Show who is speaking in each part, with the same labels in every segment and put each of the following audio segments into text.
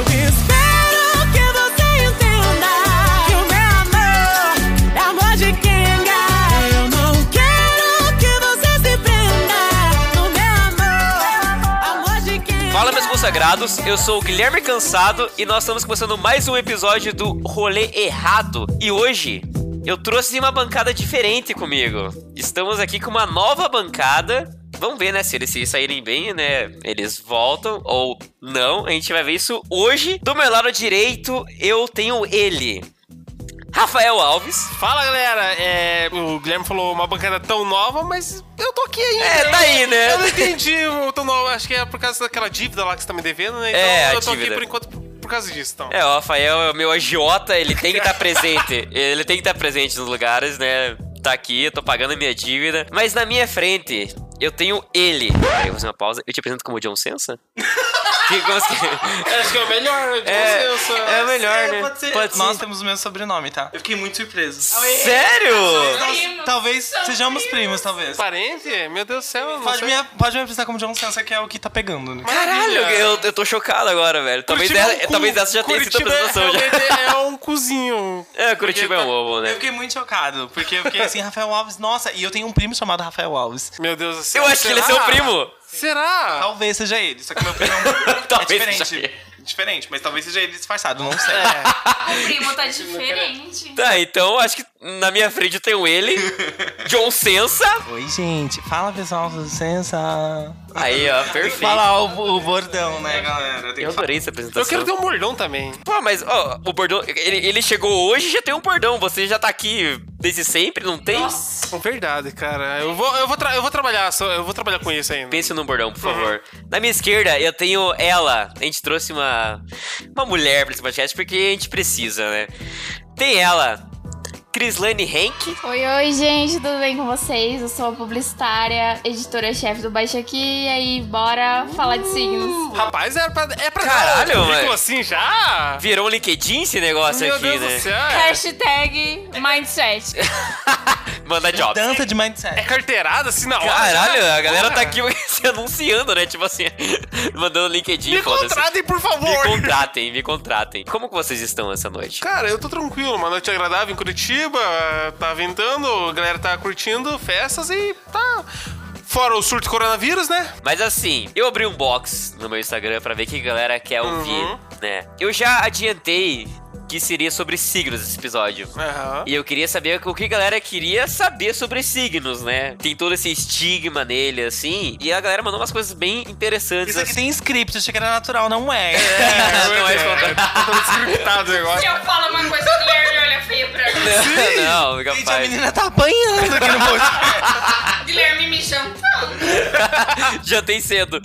Speaker 1: é é
Speaker 2: consagrados, eu sou o Guilherme Cansado e nós estamos começando mais um episódio do Rolê Errado. E hoje eu trouxe uma bancada diferente comigo. Estamos aqui com uma nova bancada. Vamos ver, né? Se eles se saírem bem, né? Eles voltam ou não. A gente vai ver isso hoje. Do meu lado direito, eu tenho ele. Rafael Alves.
Speaker 3: Fala galera, é, o Guilherme falou uma bancada tão nova, mas eu tô aqui ainda.
Speaker 2: É, tá aí, né?
Speaker 3: Eu não entendi o tão nova, acho que é por causa daquela dívida lá que você tá me devendo, né? Então
Speaker 2: É, a
Speaker 3: eu tô aqui
Speaker 2: dívida.
Speaker 3: por enquanto por, por causa disso, então.
Speaker 2: É, o Rafael é o meu agiota, ele tem que estar presente. Ele tem que estar presente nos lugares, né? Tá aqui, eu tô pagando a minha dívida. Mas na minha frente, eu tenho ele. Aí eu vou fazer uma pausa. Eu te apresento como John Sensa? Que- como que-
Speaker 3: Acho que é o melhor, de
Speaker 2: É,
Speaker 3: você,
Speaker 2: é melhor,
Speaker 4: É,
Speaker 2: né?
Speaker 4: pode ser.
Speaker 2: Pode
Speaker 5: Nós
Speaker 2: ser.
Speaker 5: temos o mesmo sobrenome, tá? Eu fiquei muito surpreso.
Speaker 2: Sério?
Speaker 4: Primos,
Speaker 5: talvez
Speaker 4: são
Speaker 5: sejamos primos, talvez.
Speaker 3: Parente? Meu Deus do céu, eu não
Speaker 5: Pode
Speaker 3: sei.
Speaker 5: me, pode me apresentar como John Sensa, que é o que tá pegando, né?
Speaker 2: Caralho,
Speaker 3: Maravilha.
Speaker 2: eu, eu tô chocado agora, velho. Talvez,
Speaker 3: Curitiba é um
Speaker 2: dessa-
Speaker 3: cu-
Speaker 2: talvez essa já tenha sido a
Speaker 3: Curitiba
Speaker 2: apresentação. Já.
Speaker 3: realmente É um cozinho.
Speaker 2: É, Curitiba é um ovo,
Speaker 5: Eu
Speaker 2: né?
Speaker 5: fiquei muito chocado, porque eu fiquei assim, Rafael Alves, nossa, e eu tenho um primo chamado Rafael Alves.
Speaker 3: Meu Deus do céu.
Speaker 2: Eu acho que ele é seu
Speaker 3: será?
Speaker 2: primo.
Speaker 3: Será?
Speaker 5: Talvez seja ele, só que meu primo é, um...
Speaker 2: Talvez
Speaker 5: é diferente.
Speaker 2: seja
Speaker 5: Diferente, mas talvez seja ele disfarçado, não sei.
Speaker 4: O primo tá diferente.
Speaker 2: Tá, então acho que na minha frente eu tenho ele, John Sensa.
Speaker 5: Oi, gente. Fala, pessoal, com licença.
Speaker 2: Aí, ó, perfeito.
Speaker 5: Fala o, o bordão, né, galera?
Speaker 2: Eu
Speaker 5: Eu tenho que falar.
Speaker 2: adorei essa apresentação.
Speaker 3: Eu quero ter um mordão também.
Speaker 2: Pô, mas ó, o bordão. Ele, ele chegou hoje e já tem um bordão. Você já tá aqui desde sempre, não tem?
Speaker 4: Nossa,
Speaker 3: Verdade, cara. Eu vou, eu vou, tra- eu vou trabalhar, só- eu vou trabalhar com isso ainda.
Speaker 2: Pense num bordão, por favor. Na minha esquerda, eu tenho ela. A gente trouxe uma. Uma mulher pra esse podcast, porque a gente precisa, né? Tem ela, Crislane Henk.
Speaker 6: Oi, oi, gente, tudo bem com vocês? Eu sou a publicitária, editora-chefe do Baixa Aqui, e aí, bora falar de signos.
Speaker 3: Rapaz, é pra, é pra
Speaker 2: Caralho,
Speaker 3: dar um currículo
Speaker 2: velho.
Speaker 3: assim já?
Speaker 2: Virou um LinkedIn esse negócio
Speaker 3: Meu
Speaker 2: aqui,
Speaker 3: Deus
Speaker 2: né?
Speaker 3: do céu. é-
Speaker 4: hashtag mindset.
Speaker 2: Manda job.
Speaker 5: Dança de mindset.
Speaker 3: É carteirada assim na hora?
Speaker 2: Caralho,
Speaker 3: já?
Speaker 2: a galera tá
Speaker 3: Porra.
Speaker 2: aqui se anunciando, né? Tipo assim, mandando LinkedIn.
Speaker 3: Me
Speaker 2: foda-se.
Speaker 3: contratem, por
Speaker 2: Me
Speaker 3: favor.
Speaker 2: contratem, me contratem. Como que vocês estão essa noite?
Speaker 3: Cara, eu tô tranquilo, uma noite agradável em Curitiba, tá ventando, a galera tá curtindo festas e tá. Fora o surto coronavírus, né?
Speaker 2: Mas assim, eu abri um box no meu Instagram pra ver o que a galera quer ouvir,
Speaker 3: Uhum.
Speaker 2: né? Eu já adiantei que seria sobre signos esse episódio.
Speaker 5: Ah.
Speaker 3: Aham.
Speaker 2: E eu queria saber o que a galera queria saber sobre signos, né? Tem todo esse estigma nele, assim. E a galera mandou umas coisas bem interessantes.
Speaker 5: Isso aqui
Speaker 2: assim.
Speaker 5: tem script, achei que era natural, não é.
Speaker 2: Não é espontâneo.
Speaker 5: né?
Speaker 3: Tá todo descriptado
Speaker 4: Se
Speaker 3: agora.
Speaker 4: eu falo uma coisa, o Guilherme olha feio pra mim.
Speaker 2: Não, não,
Speaker 5: Gente, a
Speaker 2: capaz.
Speaker 5: menina tá apanhando aqui no podcast.
Speaker 4: Guilherme me jantando.
Speaker 2: Jantei cedo.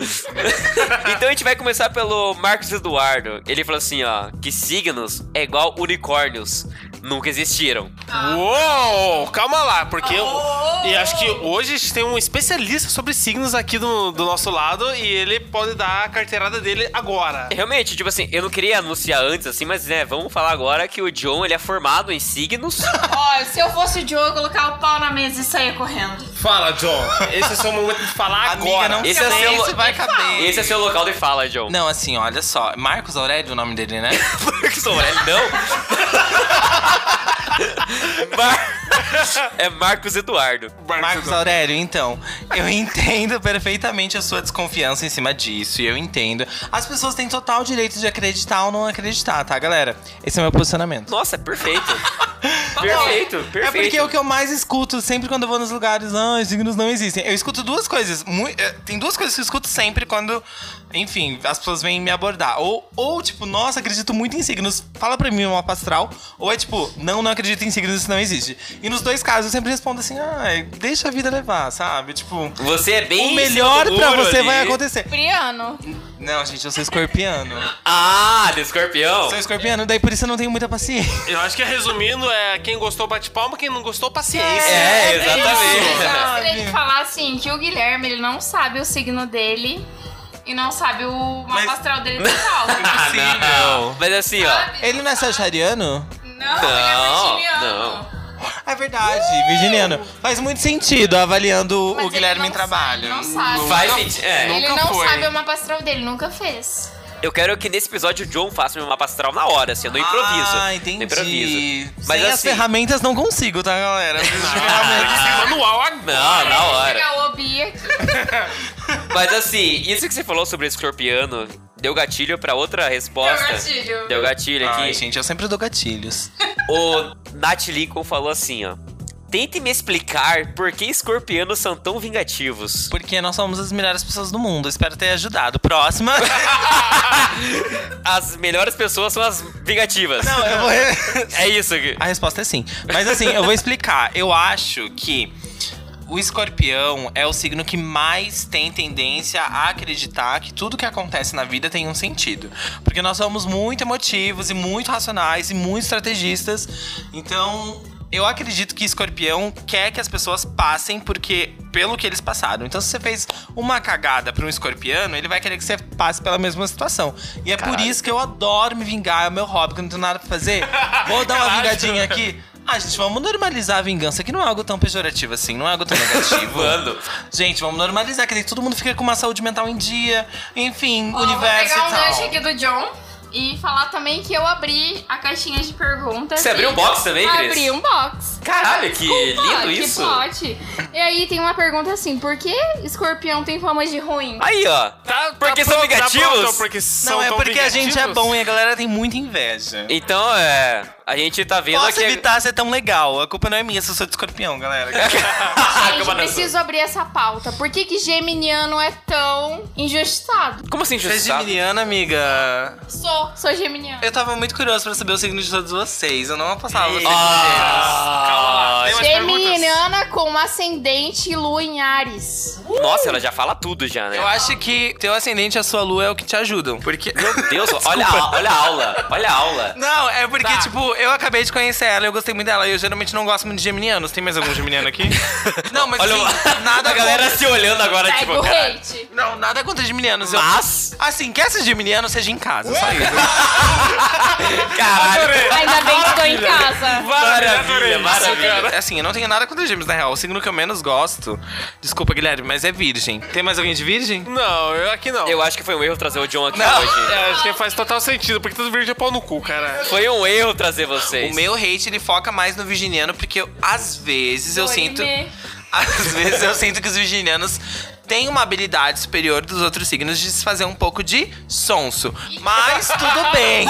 Speaker 2: então a gente vai começar pelo Marcos Eduardo. Ele falou assim, ó, que signos é igual unicórnios. Nunca existiram.
Speaker 3: Uou! Calma lá, porque eu, e acho que hoje a gente tem um especialista sobre signos aqui do, do nosso lado e ele pode dar a carteirada dele agora.
Speaker 2: Realmente, tipo assim, eu não queria anunciar antes, assim, mas né, vamos falar agora que o John ele é formado em signos.
Speaker 4: Ó, se eu fosse o Diogo, eu colocava o pau na mesa e saía correndo.
Speaker 3: Fala, John. Esse é o seu momento de falar
Speaker 5: Amiga,
Speaker 3: agora.
Speaker 5: não
Speaker 2: Esse é
Speaker 5: sei
Speaker 2: seu-
Speaker 5: se vai caber.
Speaker 2: Esse é seu local de fala, John.
Speaker 5: Não, assim, olha só. Marcos Aurélio é o nome dele, né?
Speaker 2: Marcos Aurélio, não. Mar- É Marcos Eduardo.
Speaker 5: Marcos Aurélio, então, eu entendo perfeitamente a sua desconfiança em cima disso, e eu entendo. As pessoas têm total direito de acreditar ou não acreditar, tá, galera? Esse é o meu posicionamento.
Speaker 2: Nossa, perfeito. perfeito,
Speaker 5: É
Speaker 2: perfeito.
Speaker 5: porque é o que eu mais escuto sempre quando eu vou nos lugares, ah, os signos não existem. Eu escuto duas coisas. mui- eh, tem duas coisas que eu escuto sempre quando, enfim, as pessoas vêm me abordar. Ou, ou tipo, nossa, acredito muito em signos, fala pra mim uma pastral. Ou é tipo, não, não acredito em signos, isso não existe. E nos dois casos eu sempre respondo assim, ah, deixa a vida levar, sabe? Tipo,
Speaker 2: Você é bem.
Speaker 5: o melhor pra
Speaker 2: seguro
Speaker 5: você
Speaker 2: ali.
Speaker 5: vai acontecer.
Speaker 6: Briano,
Speaker 5: Não, gente, eu sou escorpiano.
Speaker 2: Ah, do escorpião.
Speaker 5: sou escorpiano, daí por isso eu não tenho muita paciência.
Speaker 3: Eu acho que resumindo, é quem gostou bate palma, quem não gostou, paciência.
Speaker 2: É,
Speaker 4: Eu
Speaker 2: exatamente.
Speaker 4: gostaria de falar assim, que o Guilherme, ele não sabe o signo dele e não sabe o mapa
Speaker 5: Mas-
Speaker 4: astral dele total.
Speaker 2: Ah, não. Mas assim, ó.
Speaker 4: Sabe?
Speaker 5: Ele não é sagitariano?
Speaker 4: Não,
Speaker 2: Não,
Speaker 4: ele é virginiano.
Speaker 2: não.
Speaker 5: É verdade, virginiano. Faz muito sentido avaliando
Speaker 4: Mas
Speaker 5: o
Speaker 4: ele
Speaker 5: Guilherme
Speaker 4: não
Speaker 5: em trabalho.
Speaker 4: sabe, não sabe.
Speaker 2: Faz sentido. É.
Speaker 6: ele
Speaker 3: Nunca
Speaker 6: não
Speaker 3: foi.
Speaker 6: sabe o mapa astral dele, nunca fez.
Speaker 2: Eu quero que nesse episódio o John faça meu mapa astral na hora, assim, eu não improviso.
Speaker 5: Ah, entendi.
Speaker 2: Não improviso. Mas
Speaker 5: Sem as
Speaker 2: assim.
Speaker 5: ferramentas não consigo, tá, galera? Sem as ferramentas.
Speaker 3: Esse manual
Speaker 2: Ah,
Speaker 3: agora.
Speaker 2: Não, Ah, na hora.
Speaker 4: Pegar o Obi aqui.
Speaker 2: Mas assim, isso que você falou sobre o escorpiano. deu gatilho pra outra resposta.
Speaker 4: Deu gatilho.
Speaker 2: Deu gatilho aqui.
Speaker 5: Ai, gente, eu sempre dou gatilhos.
Speaker 2: O Nat Lincoln falou assim, ó. Tente me explicar por que escorpianos são tão vingativos.
Speaker 5: Porque nós somos as melhores pessoas do mundo. Espero ter ajudado. Próxima.
Speaker 2: As melhores pessoas são as vingativas.
Speaker 5: Não, eu vou. re-
Speaker 2: É isso aqui.
Speaker 5: A resposta é sim. Mas assim, eu vou explicar. Eu acho que o escorpião é o signo que mais tem tendência a acreditar que tudo que acontece na vida tem um sentido. Porque nós somos muito emotivos e muito racionais e muito estrategistas. Então. Eu acredito que escorpião quer que as pessoas passem porque pelo que eles passaram. Então, se você fez uma cagada pra um escorpiano, ele vai querer que você passe pela mesma situação. E é por isso que eu adoro me vingar, é o meu hobby, que eu não tenho nada pra fazer. Vou dar uma
Speaker 3: Caralho.
Speaker 5: vingadinha aqui. Ah, gente, vamos normalizar a vingança, que não é algo tão pejorativo assim, não é algo tão negativo.
Speaker 2: Mano.
Speaker 5: Gente, vamos normalizar, que daí todo mundo fica com uma saúde mental em dia, enfim,
Speaker 4: Ó,
Speaker 5: universo
Speaker 4: vou pegar um
Speaker 5: e tal.
Speaker 4: gancho aqui do John e falar também que eu abri a caixinha de perguntas.
Speaker 2: Você abriu
Speaker 4: e-
Speaker 2: um box também, Cris?
Speaker 4: Abri um box.
Speaker 2: Caralho, que
Speaker 4: Pô,
Speaker 2: lindo
Speaker 4: que
Speaker 2: isso.
Speaker 4: plot. E aí tem uma pergunta assim, por que escorpião tem fama de ruim?
Speaker 2: Aí, ó.
Speaker 3: Tá, tá
Speaker 2: Porque são
Speaker 3: pronto, tá
Speaker 2: vingativos?
Speaker 3: pronto, porque são
Speaker 5: Não, é
Speaker 3: tão
Speaker 5: porque a gente é
Speaker 3: vingativos?
Speaker 5: bom e a galera tem muita inveja.
Speaker 2: Então, é. A gente tá vendo
Speaker 5: Posso
Speaker 2: aqui.
Speaker 5: evitar ser tão legal, a culpa não é minha se eu sou de escorpião, galera.
Speaker 2: Ah, como
Speaker 4: Gente, eu
Speaker 2: não-
Speaker 4: preciso abrir essa pauta. Por que que geminiano é tão injustiçado?
Speaker 2: Como assim,
Speaker 5: Você é
Speaker 2: injustiçado?
Speaker 5: geminiana, amiga?
Speaker 4: Sou, sou geminiano.
Speaker 5: Eu tava muito curioso pra saber o signo de todos vocês, eu não passava vocês.
Speaker 3: Calma lá,
Speaker 2: Ah,
Speaker 3: tem mais perguntas?
Speaker 4: Geminiana com ascendente e lua em Ares.
Speaker 2: nossa, ela já fala tudo já, né?
Speaker 5: Eu acho que teu ascendente e a sua lua é o que te ajudam. Porque.
Speaker 2: Meu Deus, olha, a, olha a aula. Olha a aula.
Speaker 5: Não, é porque,
Speaker 3: Tá.
Speaker 5: tipo, eu acabei de conhecer ela, eu gostei muito dela. E eu geralmente não gosto muito de geminianos. Tem mais algum geminiano aqui? não, mas
Speaker 2: Olha
Speaker 5: assim,
Speaker 2: o-
Speaker 5: nada
Speaker 2: A galera
Speaker 5: contra...
Speaker 2: se olhando agora,
Speaker 4: Pega o
Speaker 2: tipo. caralho.
Speaker 4: hate.
Speaker 5: Não, nada contra geminianos. eu-
Speaker 2: Mas.
Speaker 5: Assim, que essa geminiano seja em casa, só isso.
Speaker 2: Caralho.
Speaker 6: Ainda bem que tô em casa.
Speaker 2: Maravilha,
Speaker 3: Adorei.
Speaker 2: maravilha.
Speaker 5: Assim, eu não tenho nada contra gêmeos, na real. O signo que eu menos gosto. Desculpa, Guilherme, mas é virgem. Tem mais alguém de virgem?
Speaker 3: Não, eu aqui não.
Speaker 2: Eu acho que foi um erro trazer o John aqui
Speaker 5: Não.
Speaker 2: hoje.
Speaker 3: É, acho que faz total sentido, porque todo verde é pau no cu, cara.
Speaker 2: Foi um erro trazer vocês.
Speaker 5: O meu hate, ele foca mais no virginiano, porque eu- às vezes eu
Speaker 4: Oi,
Speaker 5: sinto.
Speaker 4: Mê.
Speaker 5: Às vezes eu sinto que os virginianos têm uma habilidade superior dos outros signos de se fazer um pouco de sonso. Mas tudo bem.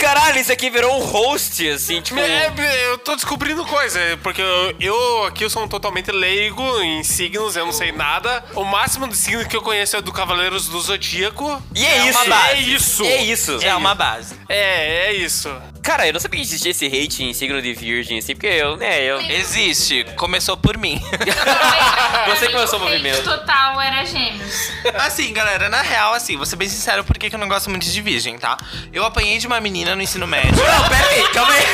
Speaker 2: Caralho, isso aqui virou um host, assim, tipo.
Speaker 3: É, eu tô descobrindo coisa, porque eu, eu aqui eu sou um totalmente leigo em signos, eu não sei nada. O máximo de signo que eu conheço é do Cavaleiros do Zodíaco.
Speaker 2: E é,
Speaker 5: É uma
Speaker 2: isso.
Speaker 5: base.
Speaker 2: É isso. É isso.
Speaker 5: É uma base.
Speaker 3: É, é isso.
Speaker 2: Cara, eu não sabia que existia esse hate em signo de virgem, assim, porque eu, né, eu...
Speaker 5: Existe. Começou por mim.
Speaker 2: Você começou o
Speaker 4: hate
Speaker 2: movimento.
Speaker 4: total era gêmeos.
Speaker 5: Assim, galera, na real, assim, vou ser bem sincero, por que que eu não gosto muito de virgem, tá? Eu apanhei de uma menina no ensino médio.
Speaker 2: Não, pera aí, calma aí.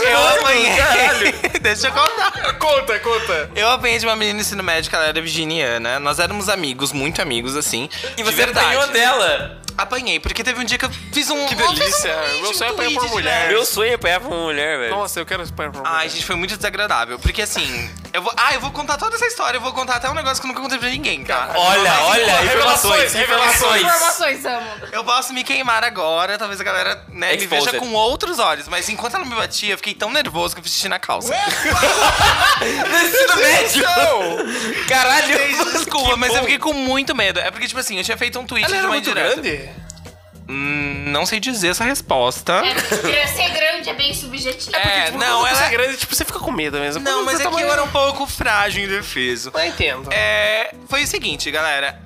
Speaker 5: Eu apanhei. Deixa eu contar.
Speaker 3: Conta, conta.
Speaker 5: Eu apanhei de uma menina no ensino médio que ela era virginiana. Nós éramos amigos, muito amigos, assim.
Speaker 2: E
Speaker 5: de
Speaker 2: você
Speaker 5: verdade.
Speaker 2: ganhou dela.
Speaker 5: Apanhei, porque teve um dia que eu fiz um.
Speaker 3: Que
Speaker 5: eu fiz
Speaker 3: delícia.
Speaker 5: um vídeo
Speaker 3: Meu sonho é
Speaker 5: no
Speaker 3: apanhar por
Speaker 5: Twitter,
Speaker 3: mulher.
Speaker 5: né?
Speaker 2: Meu sonho é apanhar pra uma mulher, velho.
Speaker 3: Nossa, eu quero Spider Man.
Speaker 5: Ai, gente, foi muito desagradável. Porque assim, eu vou. Ah, eu vou contar toda essa história. Eu vou contar até um negócio que eu nunca contei pra ninguém, tá?
Speaker 2: Olha,
Speaker 5: Mas,
Speaker 2: olha,
Speaker 5: enfim,
Speaker 2: informações,
Speaker 3: revelações,
Speaker 2: informações.
Speaker 4: Informações, amo.
Speaker 5: Eu posso me queimar agora, talvez a galera né, me
Speaker 2: Exposed.
Speaker 5: veja com outros olhos, mas enquanto ela me batia, eu fiquei tão nervoso que eu fiz xixi na calça.
Speaker 2: Ensino médio.
Speaker 3: então!
Speaker 2: Caralho.
Speaker 5: Desculpa,
Speaker 2: que
Speaker 5: mas
Speaker 2: bom.
Speaker 5: eu fiquei com muito medo. É porque, tipo assim, eu tinha feito um tweet
Speaker 3: Ela
Speaker 5: de
Speaker 3: era
Speaker 5: uma
Speaker 3: muito
Speaker 5: indireta.
Speaker 3: grande?
Speaker 5: Hum, não sei dizer essa resposta.
Speaker 4: É, ser grande é bem subjetivo.
Speaker 5: É, não,
Speaker 3: Quando você
Speaker 5: ela.
Speaker 3: é grande, tipo, você fica com medo mesmo.
Speaker 5: Não,
Speaker 3: Quando
Speaker 5: mas
Speaker 3: você
Speaker 5: é
Speaker 3: tá
Speaker 5: que eu
Speaker 3: maior-
Speaker 5: era um pouco frágil e indefeso.
Speaker 3: Não entendo.
Speaker 5: É, foi o seguinte, galera.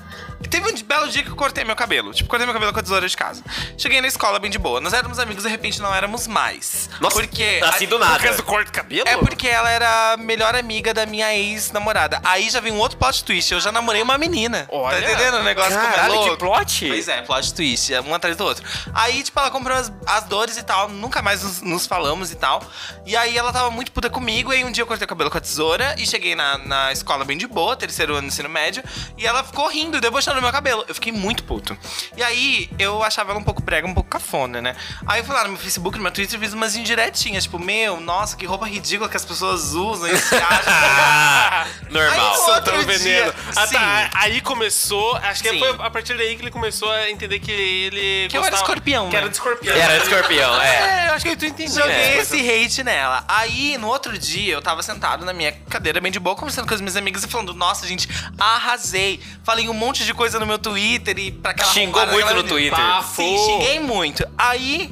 Speaker 5: Teve um belo dia que eu cortei meu cabelo. Tipo, cortei meu cabelo com a tesoura de casa. Cheguei na escola bem de boa. Nós éramos amigos, de repente não éramos mais.
Speaker 2: Nossa,
Speaker 5: porque.
Speaker 2: assim do
Speaker 3: Por
Speaker 2: nada.
Speaker 3: causa do corte de cabelo?
Speaker 5: É porque ela era a melhor amiga da minha ex-namorada. Aí já vem um outro plot twist. Eu já namorei uma menina.
Speaker 3: Olha.
Speaker 5: Tá entendendo o negócio como é
Speaker 2: Caralho,
Speaker 5: louco?
Speaker 2: que plot.
Speaker 5: Pois é, plot twist, é um atrás do outro. Aí, tipo, ela comprou as, as dores e tal, nunca mais nos, nos falamos e tal. E aí ela tava muito puta comigo, e aí um dia eu cortei o cabelo com a tesoura e cheguei na, na escola bem de boa, terceiro ano do ensino médio, e ela ficou rindo, debochando meu cabelo. Eu fiquei muito puto. E aí eu achava ela um pouco prega, um pouco cafona, né? Aí eu fui lá no meu Facebook, no meu Twitter, fiz umas indiretinhas, tipo, tá meu, nossa, que roupa ridícula que as pessoas usam e se acham.
Speaker 2: Ah,
Speaker 5: Aí
Speaker 2: normal.
Speaker 5: no outro
Speaker 3: o
Speaker 5: dia.
Speaker 3: veneno. Ah,
Speaker 5: Sim.
Speaker 3: tá. Aí começou. Acho que
Speaker 5: Sim.
Speaker 3: foi a partir daí que ele começou a entender que ele.
Speaker 5: Que eu era
Speaker 3: gostava-
Speaker 5: escorpião,
Speaker 3: Que
Speaker 5: né?
Speaker 3: era de escorpião.
Speaker 2: Era escorpião, é.
Speaker 5: É, eu acho que tu entendeu.
Speaker 2: É.
Speaker 5: Joguei esse hate nela. Aí, no outro dia, eu tava sentado na minha cadeira, bem de boa, conversando com as minhas amigas e falando: Nossa, gente, arrasei. Falei um monte de coisa no meu Twitter e pra aquela.
Speaker 2: Xingou
Speaker 5: arrombada,
Speaker 2: muito
Speaker 5: aquela
Speaker 2: no
Speaker 5: menina-
Speaker 2: Twitter.
Speaker 3: Bafo.
Speaker 5: Sim, xinguei muito. Aí.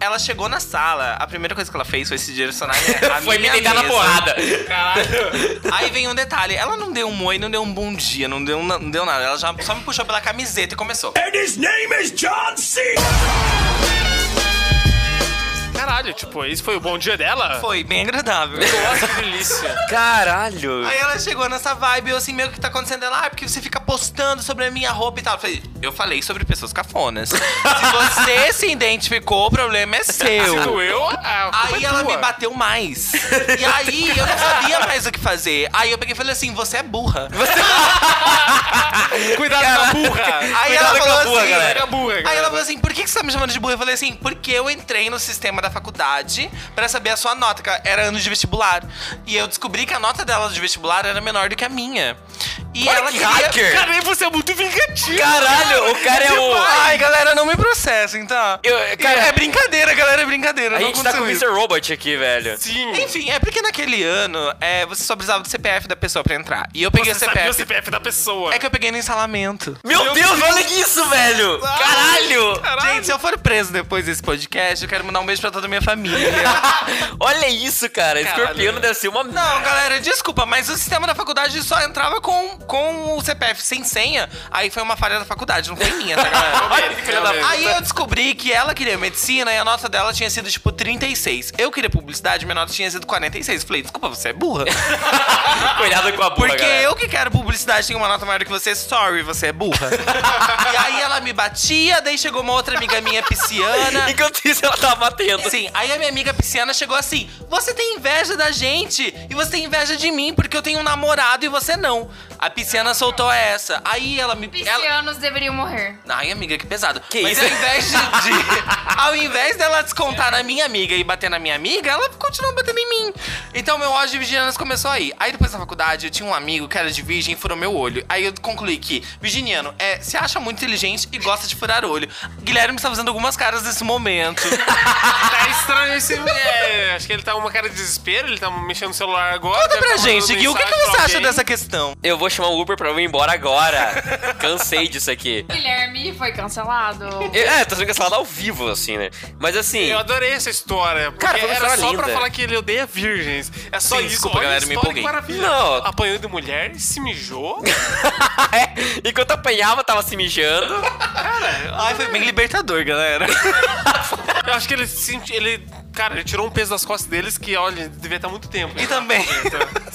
Speaker 5: Ela chegou na sala, a primeira coisa que ela fez foi se direcionar a
Speaker 2: Foi me
Speaker 5: minha
Speaker 2: deitar na
Speaker 5: mesa.
Speaker 2: porrada.
Speaker 3: Caralho.
Speaker 5: Aí vem um detalhe, ela não deu um oi, não deu um bom dia, não deu, na- não deu nada. Ela já só me puxou pela camiseta e começou.
Speaker 2: É.
Speaker 3: Caralho, tipo, esse foi o bom dia dela?
Speaker 5: Foi bem agradável.
Speaker 3: Nossa, que delícia.
Speaker 2: Caralho.
Speaker 5: Aí ela chegou nessa vibe, eu assim, meio que tá acontecendo ela, ah, porque você fica postando sobre a minha roupa e tal. Eu falei, eu falei sobre pessoas cafonas. se você se identificou, o problema é
Speaker 3: Se
Speaker 5: seu.
Speaker 3: doeu, a culpa
Speaker 5: Aí
Speaker 3: é
Speaker 5: ela
Speaker 3: tua.
Speaker 5: me bateu mais. E aí eu não sabia mais o que fazer. Aí eu peguei e falei assim: você é burra.
Speaker 3: Cuidado com a burra.
Speaker 5: Aí
Speaker 2: Cuidado
Speaker 5: ela
Speaker 2: com a
Speaker 5: falou
Speaker 2: burra,
Speaker 5: assim,
Speaker 2: galera.
Speaker 3: Pega a burra,
Speaker 5: Aí ela
Speaker 3: galera.
Speaker 5: falou assim: por que que você tá me chamando de burra? Eu falei assim: porque eu entrei no sistema da faculdade pra saber a sua nota, que era ano de vestibular. E eu descobri que a nota dela de vestibular era menor do que a minha. E
Speaker 2: Olha
Speaker 5: ela
Speaker 2: que
Speaker 5: queria-
Speaker 2: hacker.
Speaker 3: Cara, aí você é muito vingativo.
Speaker 2: Caralho, o cara é o.
Speaker 5: Ai, galera, não me processa, então.
Speaker 2: Eu- cara-
Speaker 5: é brincadeira, galera, é brincadeira.
Speaker 2: A
Speaker 5: não
Speaker 2: gente tá com o
Speaker 5: aconteceu isso.
Speaker 2: Mr. Robot aqui, velho.
Speaker 3: Sim.
Speaker 5: Enfim, é porque naquele ano é, você só precisava do CPF da pessoa pra entrar. E eu peguei
Speaker 3: Você
Speaker 5: o
Speaker 3: sabia
Speaker 5: CPF.
Speaker 3: o CPF da pessoa.
Speaker 5: É que eu peguei no ensalamento.
Speaker 2: Meu Deus, olha isso, velho!
Speaker 5: Ah.
Speaker 2: Caralho!
Speaker 5: Gente, se eu for preso depois desse podcast, eu quero mandar um beijo pra toda a minha família.
Speaker 2: Olha isso, cara. Escorpião
Speaker 5: Caralho.
Speaker 2: deve ser uma.
Speaker 5: Não, galera, desculpa, mas o sistema da faculdade só entrava com, com o CPF sem senha. Aí foi uma falha da faculdade, não foi minha, tá, galera?
Speaker 2: Olha que filha da
Speaker 3: Realmente.
Speaker 5: Aí eu descobri que ela queria medicina e a nota dela tinha sido tipo 36. Eu queria publicidade, minha nota tinha sido 46. Falei, desculpa, você é burra.
Speaker 2: Cuidado com a burra,
Speaker 5: Porque
Speaker 2: galera.
Speaker 5: eu que quero publicidade tenho uma nota maior do que você, sorry, você é burra. e aí ela me batia, daí chegou uma outra amiga minha pisciana.
Speaker 2: Enquanto isso, ela tá tava batendo.
Speaker 5: né? Sim, aí a minha amiga pisciana chegou assim: Você tem inveja da gente e você tem inveja de mim porque eu tenho um namorado e você não. A pisciana soltou essa. Aí ela me. Ela...
Speaker 4: tipo, Piscianos deveriam morrer.
Speaker 5: Ai, amiga, que pesado.
Speaker 2: Que
Speaker 5: Mas
Speaker 2: isso?
Speaker 5: ao invés de, de- Ao invés dela descontar na minha amiga e bater na minha amiga, ela continuou batendo em mim. Então meu ódio de virginianas começou aí. Aí depois da faculdade, eu tinha um amigo que era de virgem e furou meu olho. Aí eu concluí que virginiano é, se acha muito inteligente e gosta de furar olho. Guilherme está fazendo algumas caras nesse momento.
Speaker 3: Tá estranho esse. É, acho que ele tá uma cara de desespero, ele tá mexendo no celular agora.
Speaker 5: Conta
Speaker 3: deve
Speaker 5: pra
Speaker 3: tá mandando
Speaker 5: gente, Gui, o que, que
Speaker 3: mensagem
Speaker 5: você
Speaker 3: pra
Speaker 5: acha
Speaker 3: alguém.
Speaker 5: dessa questão?
Speaker 2: Eu vou chamar o Uber pra eu ir embora agora. Cansei disso aqui.
Speaker 4: Guilherme foi cancelado.
Speaker 2: Eu- é, tá sendo cancelado ao vivo, assim, né? Mas assim.
Speaker 3: Eu adorei essa história. Porque
Speaker 2: Cara, foi uma
Speaker 3: era
Speaker 2: história
Speaker 3: só pra
Speaker 2: linda.
Speaker 3: falar que ele odeia virgens. É só
Speaker 5: Sim,
Speaker 3: isso.
Speaker 5: desculpa,
Speaker 3: Olha a
Speaker 5: galera, me
Speaker 3: história, que
Speaker 5: empolguei.
Speaker 3: maravilha.
Speaker 2: Não.
Speaker 3: Apanhou de mulher, se mijou.
Speaker 2: É, Enquanto apanhava, tava se mijando.
Speaker 5: Ai, foi bem libertador, galera.
Speaker 3: Eu acho que ele senti, ele Cara, ele tirou um peso das costas deles que, olha, devia estar há muito tempo. Então,
Speaker 5: E também.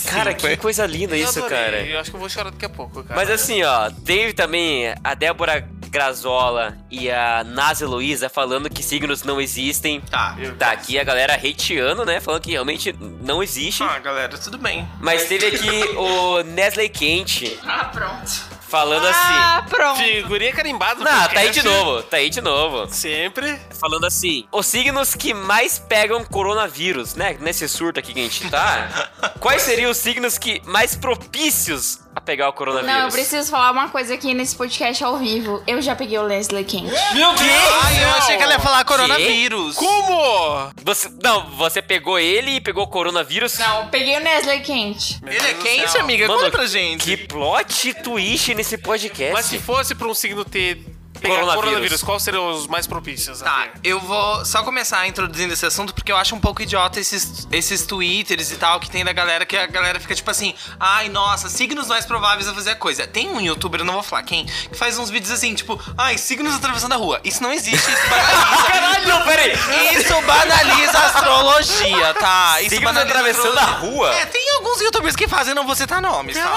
Speaker 2: Cara, que coisa linda
Speaker 3: Eu
Speaker 2: isso,
Speaker 3: adorei.
Speaker 2: cara.
Speaker 3: Eu acho que eu vou chorar daqui a pouco, cara.
Speaker 2: Mas assim, ó, teve também a Débora Grazola e a Nazi Luiza falando que signos não existem.
Speaker 5: Tá.
Speaker 2: Tá aqui a galera hateando, né? Falando que realmente não existe.
Speaker 5: Ah, galera, tudo bem.
Speaker 2: Mas teve aqui o Nestlé Quente
Speaker 4: Ah, pronto.
Speaker 2: falando assim.
Speaker 6: Ah, pronto.
Speaker 3: Figurinha carimbada. do
Speaker 2: Não, tá aí
Speaker 3: é podcast.
Speaker 2: de novo, tá aí de novo.
Speaker 3: Sempre.
Speaker 2: Falando assim, os signos que mais pegam coronavírus, né? Nesse surto aqui que a gente tá, quais seriam os signos que mais propícios a pegar o coronavírus?
Speaker 4: Não, eu preciso falar uma coisa aqui nesse podcast ao vivo. Eu já peguei o Leslie King.
Speaker 3: Meu Deus!
Speaker 5: Ai, eu achei que ela ia falar
Speaker 2: Que?
Speaker 5: coronavírus.
Speaker 3: Como?
Speaker 2: Você, não, você pegou ele e pegou coronavírus?
Speaker 4: Não, eu peguei o Nestlé quente.
Speaker 5: Ele é quente, amiga?
Speaker 2: Mano,
Speaker 5: Conta pra gente.
Speaker 2: Que plot twist nesse podcast.
Speaker 3: Mas se fosse pra um signo ter pegar
Speaker 2: É Coronavírus.
Speaker 3: coronavírus. qual seriam os mais propícios? assim? a
Speaker 5: Tá,
Speaker 3: ter?
Speaker 5: eu vou só começar introduzindo esse assunto porque eu acho um pouco idiota esses, esses twitters e tal que tem da galera que a galera fica tipo assim: ai, nossa, signos mais prováveis a fazer a coisa. Tem um youtuber, eu não vou falar quem, que faz uns vídeos assim, tipo, ai, signos atravessando a rua. Isso não existe, isso banaliza.
Speaker 2: Caralho, não, peraí.
Speaker 5: Isso banaliza a astrologia, tá? Isso
Speaker 2: Signos
Speaker 5: banaliza
Speaker 2: atravessando a
Speaker 5: astrologia.
Speaker 2: rua?
Speaker 5: É, tem alguns youtubers que fazem, não vou citar nomes, tá?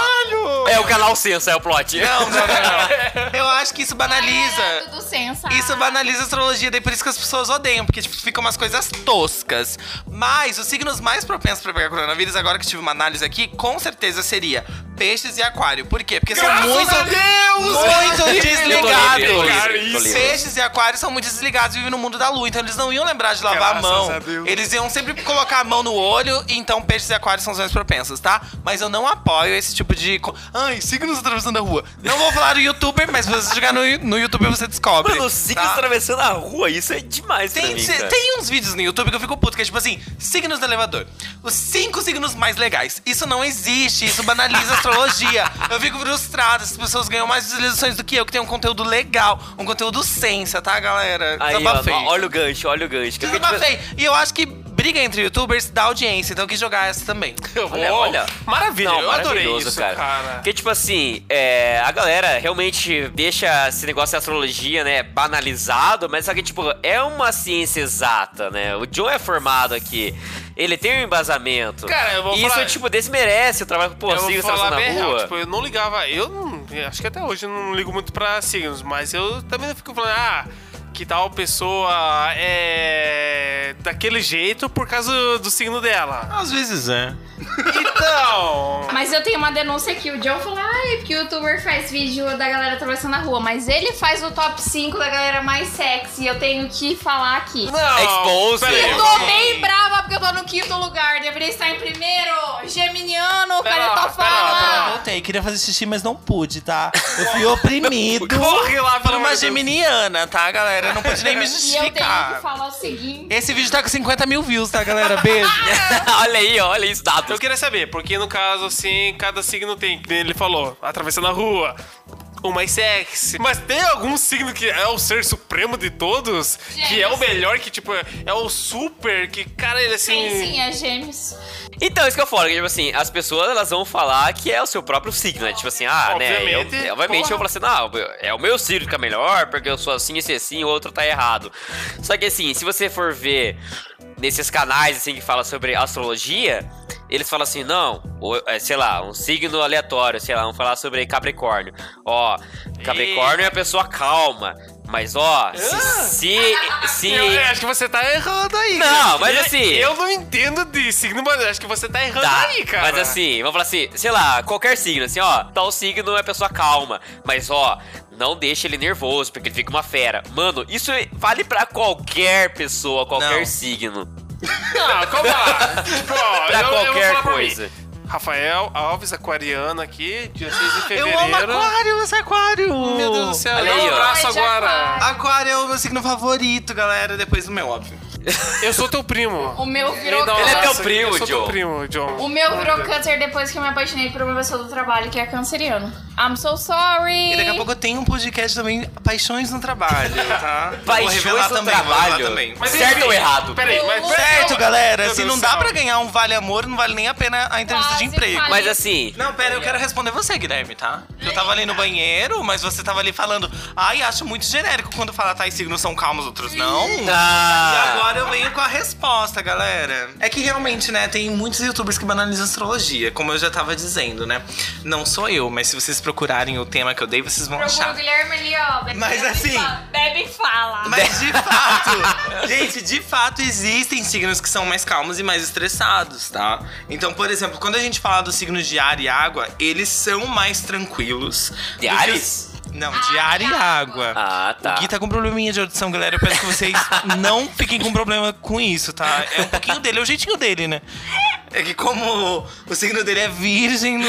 Speaker 2: É o canal Sensa, é o plot.
Speaker 5: Não, não, não, não. Eu acho que isso
Speaker 4: É,
Speaker 5: banaliza.
Speaker 4: tudo sensa.
Speaker 5: Isso banaliza a astrologia, daí por isso que as pessoas odeiam, porque tipo, ficam umas coisas toscas. Mas os signos mais propensos pra pegar coronavírus, agora que eu tive uma análise aqui, com certeza seria peixes e aquário. Por quê? Porque
Speaker 3: Graças
Speaker 5: são muito,
Speaker 3: a Deus!
Speaker 5: muito
Speaker 2: Eu tô livre, eu tô livre, eu
Speaker 3: Cara,
Speaker 5: desligados.
Speaker 2: tô
Speaker 3: isso
Speaker 2: livre.
Speaker 5: Peixes e aquários são muito desligados, vivem no mundo da lua, então eles não iam lembrar de lavar
Speaker 3: Graças
Speaker 5: a mão.
Speaker 3: a Deus.
Speaker 5: Eles iam sempre colocar a mão no olho, e então peixes e aquários são os mais propensos, tá? Mas eu não apoio esse tipo de. co- Ai, signos atravessando a rua. Não vou falar do youtuber, mas se você jogar no, no YouTube você descobre.
Speaker 2: Mano, os signos
Speaker 5: tá?
Speaker 2: atravessando a rua, isso é demais pra
Speaker 5: Tem,
Speaker 2: mim,
Speaker 5: se-
Speaker 2: cara.
Speaker 5: tem uns vídeos no YouTube que eu fico puto, que é tipo assim, signos do elevador. Os cinco signos mais legais. Isso não existe, isso banaliza a astrologia. Eu fico frustrado, essas pessoas ganham mais visualizações do que eu, que tem um conteúdo legal, um conteúdo sensa, tá, galera?
Speaker 2: Aí, ó,
Speaker 5: Desabafei.
Speaker 2: olha o gancho, olha o gancho. Que eu- tipo,
Speaker 5: Desabafei. E eu acho que briga entre youtubers dá audiência, então eu quis jogar essa também.
Speaker 2: Olha, olha.
Speaker 3: Maravilha,
Speaker 2: Não,
Speaker 3: eu adorei
Speaker 2: maravilhoso,
Speaker 3: isso,
Speaker 2: cara.
Speaker 3: cara.
Speaker 2: Porque, tipo assim, é, a galera realmente deixa esse negócio de astrologia, né, banalizado, mas só que, tipo, é uma ciência exata, né? O John é formado aqui. Ele tem um embasamento.
Speaker 3: Cara, eu vou
Speaker 2: e isso,
Speaker 3: falar-
Speaker 2: tipo, desmerece o trabalho com o
Speaker 3: Eu vou
Speaker 2: signos
Speaker 3: falar
Speaker 2: atravessando
Speaker 3: bem
Speaker 2: a
Speaker 3: real,
Speaker 2: rua.
Speaker 3: tipo, eu não ligava, eu não, eu acho que até hoje eu não ligo muito pra signos, mas eu também não fico falando, ah, que tal pessoa é daquele jeito por causa do signo dela.
Speaker 5: Às vezes é.
Speaker 3: Então,
Speaker 4: Mas eu tenho uma denúncia aqui. O John falou, ai, porque o youtuber faz vídeo da galera atravessando a rua. Mas ele faz o top 5 da galera mais sexy. Eu tenho que falar aqui.
Speaker 3: não.
Speaker 2: Expose.
Speaker 3: peraí,
Speaker 4: Eu
Speaker 2: Eu
Speaker 4: tô
Speaker 3: vamos-
Speaker 4: bem brava porque eu tô no quinto lugar. Deveria estar em primeiro. Geminiano, tá
Speaker 3: Pera
Speaker 4: cadê
Speaker 3: lá,
Speaker 4: tua
Speaker 3: pera lá, pera lá.
Speaker 4: fala?
Speaker 5: Voltei, queria fazer xixi, mas não pude, tá? Eu fui oprimido.
Speaker 3: Corre lá,
Speaker 5: Por
Speaker 3: pelo amor
Speaker 5: uma
Speaker 3: de Deus.
Speaker 5: geminiana, tá, galera? Eu não pude nem me
Speaker 4: E eu tenho que
Speaker 5: justificar.
Speaker 4: falar o seguinte.
Speaker 5: Esse vídeo tá com 50 mil views, tá, galera? Beijo.
Speaker 2: olha aí, ó, olha isso, dados.
Speaker 3: Eu queria saber, porque no caso, assim, cada signo tem, que nem ele falou, atravessando a rua, o mais sexy. Mas tem algum signo que é o ser supremo de todos? Que é o
Speaker 4: Gêmeos.
Speaker 3: melhor, que tipo, é o super, que cara, ele assim...
Speaker 4: Sim, sim, é gêmeos.
Speaker 2: Então, isso que eu falo, que, tipo assim, as pessoas elas vão falar que é o seu próprio signo, né? Tipo assim, ah, né?
Speaker 3: Obviamente,
Speaker 2: Eu, obviamente eu vou
Speaker 3: porra.
Speaker 2: falar assim, ah, é o meu signo que é melhor, porque eu sou assim, esse assim, o outro tá errado. Só que assim, se você for ver nesses canais assim que fala sobre astrologia, eles falam assim, não, ou, é, sei lá, um signo aleatório, sei lá, vamos falar sobre Capricórnio. Ó, Capricórnio é a pessoa calma, mas ó, se. se, se-
Speaker 3: Eu acho que você tá errando aí.
Speaker 2: Não,
Speaker 3: cara.
Speaker 2: mas
Speaker 3: Eu-
Speaker 2: assim-
Speaker 3: Eu não entendo de signo, mas eu acho que você tá errando
Speaker 2: Tá,
Speaker 3: aí, cara.
Speaker 2: mas assim, vamos falar assim, sei lá, qualquer signo, assim, ó, tal signo é a pessoa calma, mas ó, não deixa ele nervoso, porque ele fica uma fera. Mano, isso é, vale pra qualquer pessoa, qualquer
Speaker 5: Não.
Speaker 2: signo.
Speaker 3: Não, calma lá. tipo, ó,
Speaker 2: Pra
Speaker 3: eu- eu vou
Speaker 2: qualquer
Speaker 3: falar por mim.
Speaker 2: coisa.
Speaker 3: Rafael Alves, aquariano aqui, dia 6 de fevereiro.
Speaker 5: Eu amo aquário, esse aquário.
Speaker 3: Meu Deus do céu,
Speaker 2: Olha
Speaker 3: dá
Speaker 2: aí, ó.
Speaker 3: um abraço
Speaker 4: Ai, já
Speaker 3: agora.
Speaker 4: tá.
Speaker 5: Aquário é o meu signo favorito, galera. Depois do meu, óbvio.
Speaker 3: Eu sou teu primo.
Speaker 4: O meu virou
Speaker 3: Não,
Speaker 2: Ele é
Speaker 3: nossa,
Speaker 2: teu
Speaker 4: câncer.
Speaker 2: primo,
Speaker 3: Eu sou
Speaker 2: John.
Speaker 3: teu primo, John.
Speaker 4: O meu virou câncer depois que eu me apaixonei por uma pessoa do trabalho que é canceriano. I'm so sorry.
Speaker 5: E daqui a pouco eu tenho um podcast também, Paixões no Trabalho, tá? Vou
Speaker 2: Paixões
Speaker 5: revelar
Speaker 2: no
Speaker 5: também, vou revelar
Speaker 2: trabalho.
Speaker 5: também.
Speaker 3: Mas
Speaker 2: certo
Speaker 3: enfim,
Speaker 2: ou errado?
Speaker 3: Peraí, mas...
Speaker 5: Certo, galera.
Speaker 3: Meu
Speaker 5: Se
Speaker 3: Deus
Speaker 5: não
Speaker 3: do
Speaker 5: dá
Speaker 3: céu.
Speaker 5: pra ganhar um vale amor, não vale nem a pena a entrevista
Speaker 4: Quase
Speaker 5: de emprego.
Speaker 4: falei.
Speaker 2: Mas assim,
Speaker 5: Não, pera, eu quero responder você, Guilherme, tá? Eu tava ali no banheiro, mas você tava ali falando. Ai, acho muito genérico quando fala tais signos são calmos, outros não.
Speaker 2: Ah.
Speaker 5: E agora eu venho com a resposta, galera. É que realmente, né, tem muitos youtubers que banalizam astrologia, como eu já tava dizendo, né? Não sou eu, mas se vocês procurarem o tema que eu dei, vocês vão
Speaker 4: Procura o
Speaker 5: achar.
Speaker 4: Guilherme ali, ó. Bebe,
Speaker 5: Mas
Speaker 4: bebe e
Speaker 5: assim-
Speaker 4: fala. Bebe e fala.
Speaker 5: Mas de fato, gente, de fato existem signos que são mais calmos e mais estressados, tá? Então, por exemplo, quando a gente fala dos signos de ar e água, eles são mais tranquilos. do que
Speaker 2: de Ares?
Speaker 5: os- Não, de ar e água.
Speaker 2: Ah, tá.
Speaker 5: O Gui tá com probleminha de audição, galera. Eu peço que vocês não fiquem com problema com isso, tá? É um pouquinho dele, é o jeitinho dele, né? É que como o signo dele é virgem, no o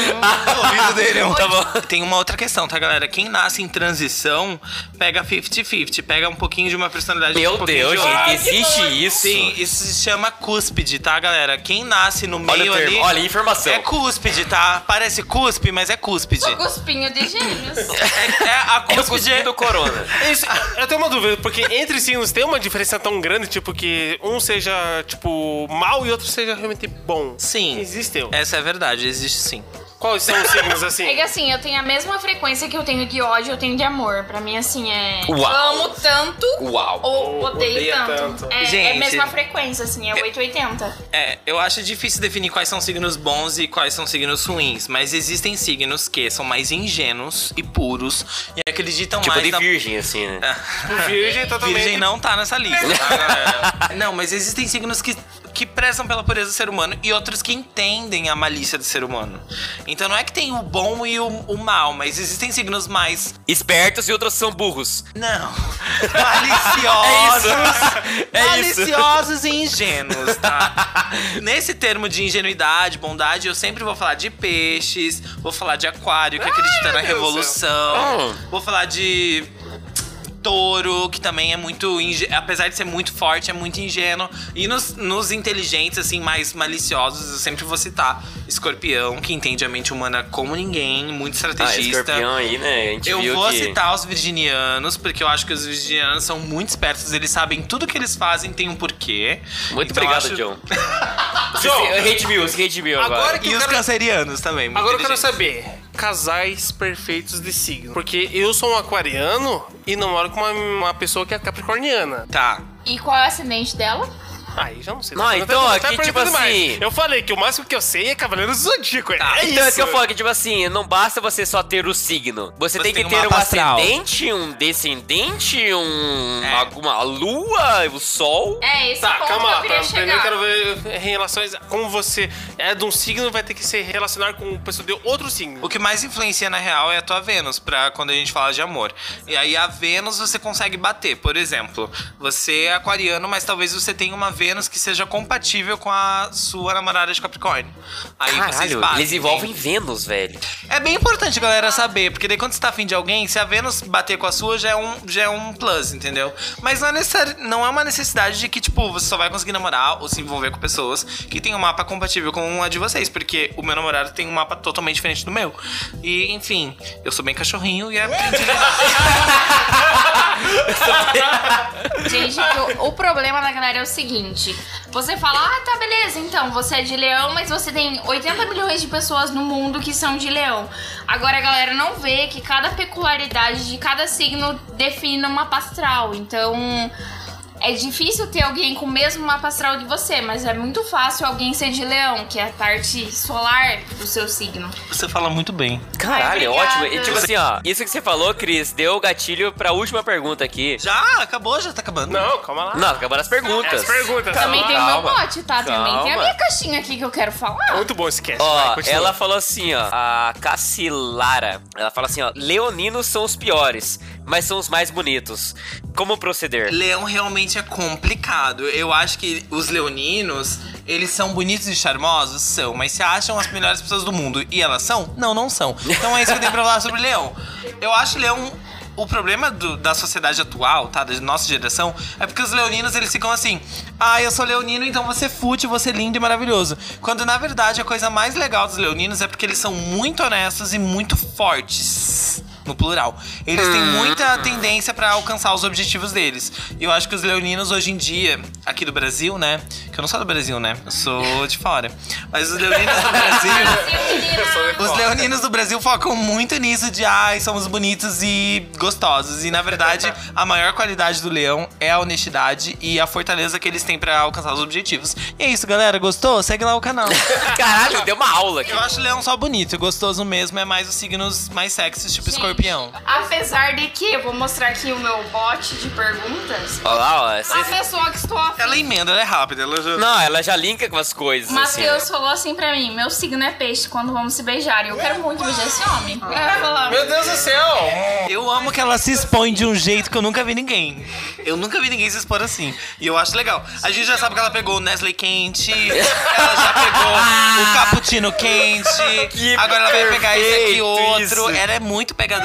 Speaker 5: ouvido dele é um...
Speaker 2: Tá bom.
Speaker 5: Tem uma outra questão, tá, galera? Quem nasce em transição, pega 50-50. Pega um pouquinho de uma personalidade um
Speaker 2: Meu
Speaker 5: pouquinho
Speaker 2: Deus,
Speaker 5: de outra.
Speaker 2: gente, existe isso?
Speaker 5: Sim, isso se chama cúspide, tá, galera? Quem nasce no
Speaker 2: Olha
Speaker 5: meio
Speaker 2: o termo,
Speaker 5: ali...
Speaker 2: olha a informação.
Speaker 5: É cúspide, tá? Parece cuspe, mas é cúspide.
Speaker 4: O cuspinho de gêmeos.
Speaker 5: É, é a
Speaker 2: É o
Speaker 5: cúspide...
Speaker 2: cuspinho do corona.
Speaker 3: Isso, eu tenho uma dúvida, porque entre signos tem uma diferença tão grande, tipo, que um seja, tipo, mal e outro seja realmente bom.
Speaker 5: Sim.
Speaker 3: Existe.
Speaker 5: Essa é a verdade, existe sim.
Speaker 3: Quais são os signos assim?
Speaker 4: É que assim, eu tenho a mesma frequência que eu tenho de ódio, eu tenho de amor. Pra mim, assim, é.
Speaker 2: Uau.
Speaker 4: Amo tanto.
Speaker 2: Uau.
Speaker 4: Ou odeio
Speaker 3: Odeia
Speaker 4: tanto.
Speaker 3: tanto.
Speaker 4: É, é
Speaker 5: Gente.
Speaker 4: a mesma frequência, assim, é 880.
Speaker 5: É, eu acho difícil definir quais são signos bons e quais são signos ruins, mas existem signos que são mais ingênuos e puros e acreditam
Speaker 2: Tipo
Speaker 5: mais É.
Speaker 2: de
Speaker 5: na-
Speaker 2: virgem, assim, né?
Speaker 3: Tipo, virgem totalmente.
Speaker 5: Virgem não tá nessa lista. tá, galera? não, mas É. existem signos que que prezam pela pureza do ser humano e outros que entendem a malícia do ser humano. Então não é que tem o bom e o, o mal, mas existem signos mais.
Speaker 2: Espertos e outros são burros.
Speaker 5: Não. Maliciosos.
Speaker 2: É isso.
Speaker 5: maliciosos e ingênuos, tá? Nesse termo de ingenuidade, bondade, eu sempre vou falar de peixes, vou falar de aquário, que acredita na
Speaker 3: meu Deus do
Speaker 5: revolução,
Speaker 2: céu. Oh.
Speaker 5: vou falar de touro, que também é muito. inge- Apesar de ser muito forte, é muito ingênuo. E nos, nos inteligentes, assim, mais maliciosos, eu sempre vou citar escorpião, que entende a mente humana como ninguém, muito
Speaker 2: Ah,
Speaker 5: estrategista.
Speaker 2: escorpião aí, né? A gente
Speaker 5: Eu
Speaker 2: viu
Speaker 5: vou
Speaker 2: que...
Speaker 5: citar os virginianos, porque eu acho que os virginianos são muito espertos, eles sabem tudo que eles fazem, tem um porquê.
Speaker 2: Muito
Speaker 5: Então,
Speaker 2: obrigado,
Speaker 5: acho-
Speaker 2: John.
Speaker 3: John,
Speaker 2: Você- Hate Bill, você hate Bill agora.
Speaker 3: Agora que
Speaker 5: E
Speaker 3: eu
Speaker 5: os
Speaker 3: quero-
Speaker 5: cancerianos também. muito
Speaker 3: Agora eu quero
Speaker 5: inteligentes.
Speaker 3: saber, casais perfeitos de signo. Porque eu sou um aquariano e namoro com uma, uma pessoa que é capricorniana.
Speaker 5: Tá.
Speaker 6: E qual é o acidente dela?
Speaker 3: Aí já não sei.
Speaker 2: Não,
Speaker 3: Tá
Speaker 2: então,
Speaker 3: perguntando-
Speaker 2: aqui,
Speaker 3: tá
Speaker 2: tipo
Speaker 3: perguntando mais.
Speaker 2: assim-
Speaker 3: Eu falei que o máximo que eu sei é Cavaleiros do Zodíaco. é-
Speaker 5: Tá,
Speaker 3: É
Speaker 2: Então é
Speaker 3: isso.
Speaker 2: que eu falo que, tipo assim, não basta você só ter o signo. Você,
Speaker 5: Você
Speaker 2: tem que
Speaker 5: tem um
Speaker 2: ter um
Speaker 5: mapa astral.
Speaker 2: ascendente, um descendente, um.
Speaker 5: É.
Speaker 2: alguma. a lua, o sol.
Speaker 6: É, esse
Speaker 3: Tá,
Speaker 6: ponto
Speaker 3: calma
Speaker 6: que
Speaker 3: lá.
Speaker 6: eu queria
Speaker 3: tá?
Speaker 6: chegar.
Speaker 3: Primeiro eu quero ver eh, relações. Como você é de um signo, vai ter que se relacionar com pessoa de outro signo.
Speaker 5: O que mais influencia na real é a tua Vênus, pra quando a gente fala de amor. E aí a Vênus você consegue bater. Por exemplo, você é aquariano, mas talvez você tenha uma Vênus que seja compatível com a sua namorada de Capricórnio. Aí vocês
Speaker 2: Caralho,
Speaker 5: batem.
Speaker 2: eles envolvem Vênus, velho.
Speaker 5: É bem importante a galera saber, porque daí quando você tá afim de alguém, se a Vênus bater com a sua, já é um, já é um plus, entendeu? Mas não é, necessari- não é uma necessidade de que, tipo, você só vai conseguir namorar ou se envolver com pessoas que tem um mapa compatível com a de vocês, porque o meu namorado tem um mapa totalmente diferente do meu. E, enfim, eu sou bem cachorrinho e é.
Speaker 6: Gente, o, o problema da galera é o seguinte: você fala, ah, tá, beleza, então você é de leão, mas você tem 80 milhões de pessoas no mundo que são de leão. Agora a galera não vê que cada peculiaridade de cada signo define uma pastral. Então. É difícil ter alguém com o mesmo mapa astral de você, mas é muito fácil alguém ser de leão, que é a parte solar do seu signo.
Speaker 5: você fala muito bem.
Speaker 2: Caralho,
Speaker 6: Ai,
Speaker 2: é ótimo. E
Speaker 6: obrigada.
Speaker 2: tipo assim, ó, isso que você falou, Cris, deu o gatilho pra última pergunta aqui.
Speaker 5: Já? Acabou? Já tá acabando?
Speaker 3: Não, calma lá.
Speaker 2: Não, acabaram as
Speaker 3: É,
Speaker 2: perguntas.
Speaker 3: As perguntas.
Speaker 6: Também
Speaker 3: tá?
Speaker 6: tem o meu
Speaker 2: calma,
Speaker 6: mote, tá? Também tem a
Speaker 2: calma.
Speaker 6: minha caixinha aqui que eu quero falar.
Speaker 3: Muito bom esse cast. vai,
Speaker 2: Ó,
Speaker 3: continua.
Speaker 2: ela falou assim, ó, a Cassilara, ela fala assim, ó, leoninos são os piores, mas são os mais bonitos. Como proceder?
Speaker 5: Leão realmente é complicado. Eu acho que os leoninos, eles são bonitos e charmosos? São. Mas se acham as melhores pessoas do mundo e elas são? Não, não são. Então é isso que eu tenho pra falar sobre leão. Eu acho leão... O problema do- da sociedade atual, tá? Da nossa geração, é porque os leoninos, eles ficam assim... Ah, eu sou leonino, então você é fute, você é lindo e maravilhoso. Quando, na verdade, a coisa mais legal dos leoninos é porque eles são muito honestos e muito fortes no plural. Eles têm muita tendência pra alcançar os objetivos deles. E eu acho que os leoninos hoje em dia, aqui do Brasil, né? Que eu não sou do Brasil, né? Eu sou de fora. Mas os leoninos do Brasil. Os leoninos do Brasil focam muito nisso de ai, somos bonitos e gostosos. E na verdade, a maior qualidade do leão é a honestidade e a fortaleza que eles têm pra alcançar os objetivos. E é isso, galera. Gostou? Segue lá o canal.
Speaker 2: Caralho, deu uma aula aqui.
Speaker 5: Eu acho leão só bonito e gostoso mesmo é mais os signos mais sexys, tipo
Speaker 6: Gente,
Speaker 5: escorpião.
Speaker 4: Apesar de que, eu vou mostrar aqui o meu bote de perguntas.
Speaker 2: Olha lá, ó,
Speaker 4: A
Speaker 2: vocês-
Speaker 4: pessoa que estou afim.
Speaker 5: Ela emenda, ela é rápida. Ela já...
Speaker 2: Não, ela já linka com as coisas,
Speaker 6: Matheus
Speaker 2: assim.
Speaker 6: falou assim pra mim: meu signo é peixe, quando vamos se beijar? E eu quero muito beijar esse homem.
Speaker 5: Ah.
Speaker 6: Eu ia falar,
Speaker 3: Meu Deus do céu!
Speaker 5: Eu amo que ela se expõe de um jeito que eu nunca vi ninguém. Eu nunca vi ninguém se expor assim. E eu acho legal. A gente já sabe que ela pegou o Nestlé quente, ela já pegou o cappuccino quente.
Speaker 2: Que
Speaker 5: agora ela vai pegar esse aqui
Speaker 2: perfeito
Speaker 5: outro.
Speaker 2: isso.
Speaker 5: Ela é muito pegadora.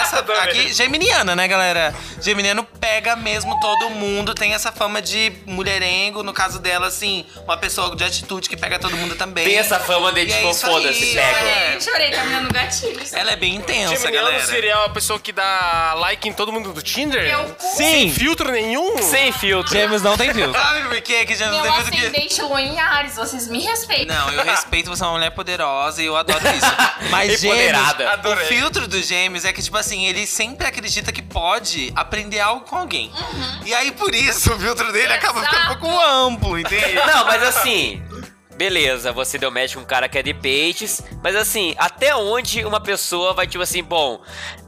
Speaker 5: Essa aqui, geminiana, né, galera? Geminiano pega mesmo todo mundo. Tem essa fama de mulherengo. No caso dela, assim, uma pessoa de atitude que pega todo mundo também.
Speaker 2: Tem essa fama de
Speaker 5: E é
Speaker 2: tipo,
Speaker 5: isso
Speaker 2: foda-se,
Speaker 5: aí,
Speaker 2: pega.
Speaker 5: é.
Speaker 6: "Ai, Chorei caminhando tá gatilhos.
Speaker 5: Ela é bem intensa,
Speaker 3: Geminiano
Speaker 5: galera.
Speaker 3: seria a é pessoa que dá like em todo mundo do Tinder?
Speaker 4: Eu cu-
Speaker 5: Sim!
Speaker 3: Filtro nenhum?
Speaker 2: Sem filtro.
Speaker 5: Gêmeos não tem filtro. Sabe por quê? Que gêmeos não
Speaker 6: Meu
Speaker 5: tem filtro que...
Speaker 6: ascendente lua em Ares, vocês me respeitam.
Speaker 5: Não, eu respeito, você é uma mulher poderosa e eu adoro isso. Mas
Speaker 2: Empoderada.
Speaker 5: gêmeos,
Speaker 3: Adorei.
Speaker 5: o filtro dos gêmeos é que, tipo assim, ele sempre acredita que pode aprender algo com alguém. E aí, por isso, o filtro dele acaba ficando um
Speaker 6: Uhum. Exato.
Speaker 5: pouco amplo, entende?
Speaker 2: Não, mas assim. beleza, você deu match com um cara que é de peixes, mas assim, até onde uma pessoa vai, tipo assim, bom,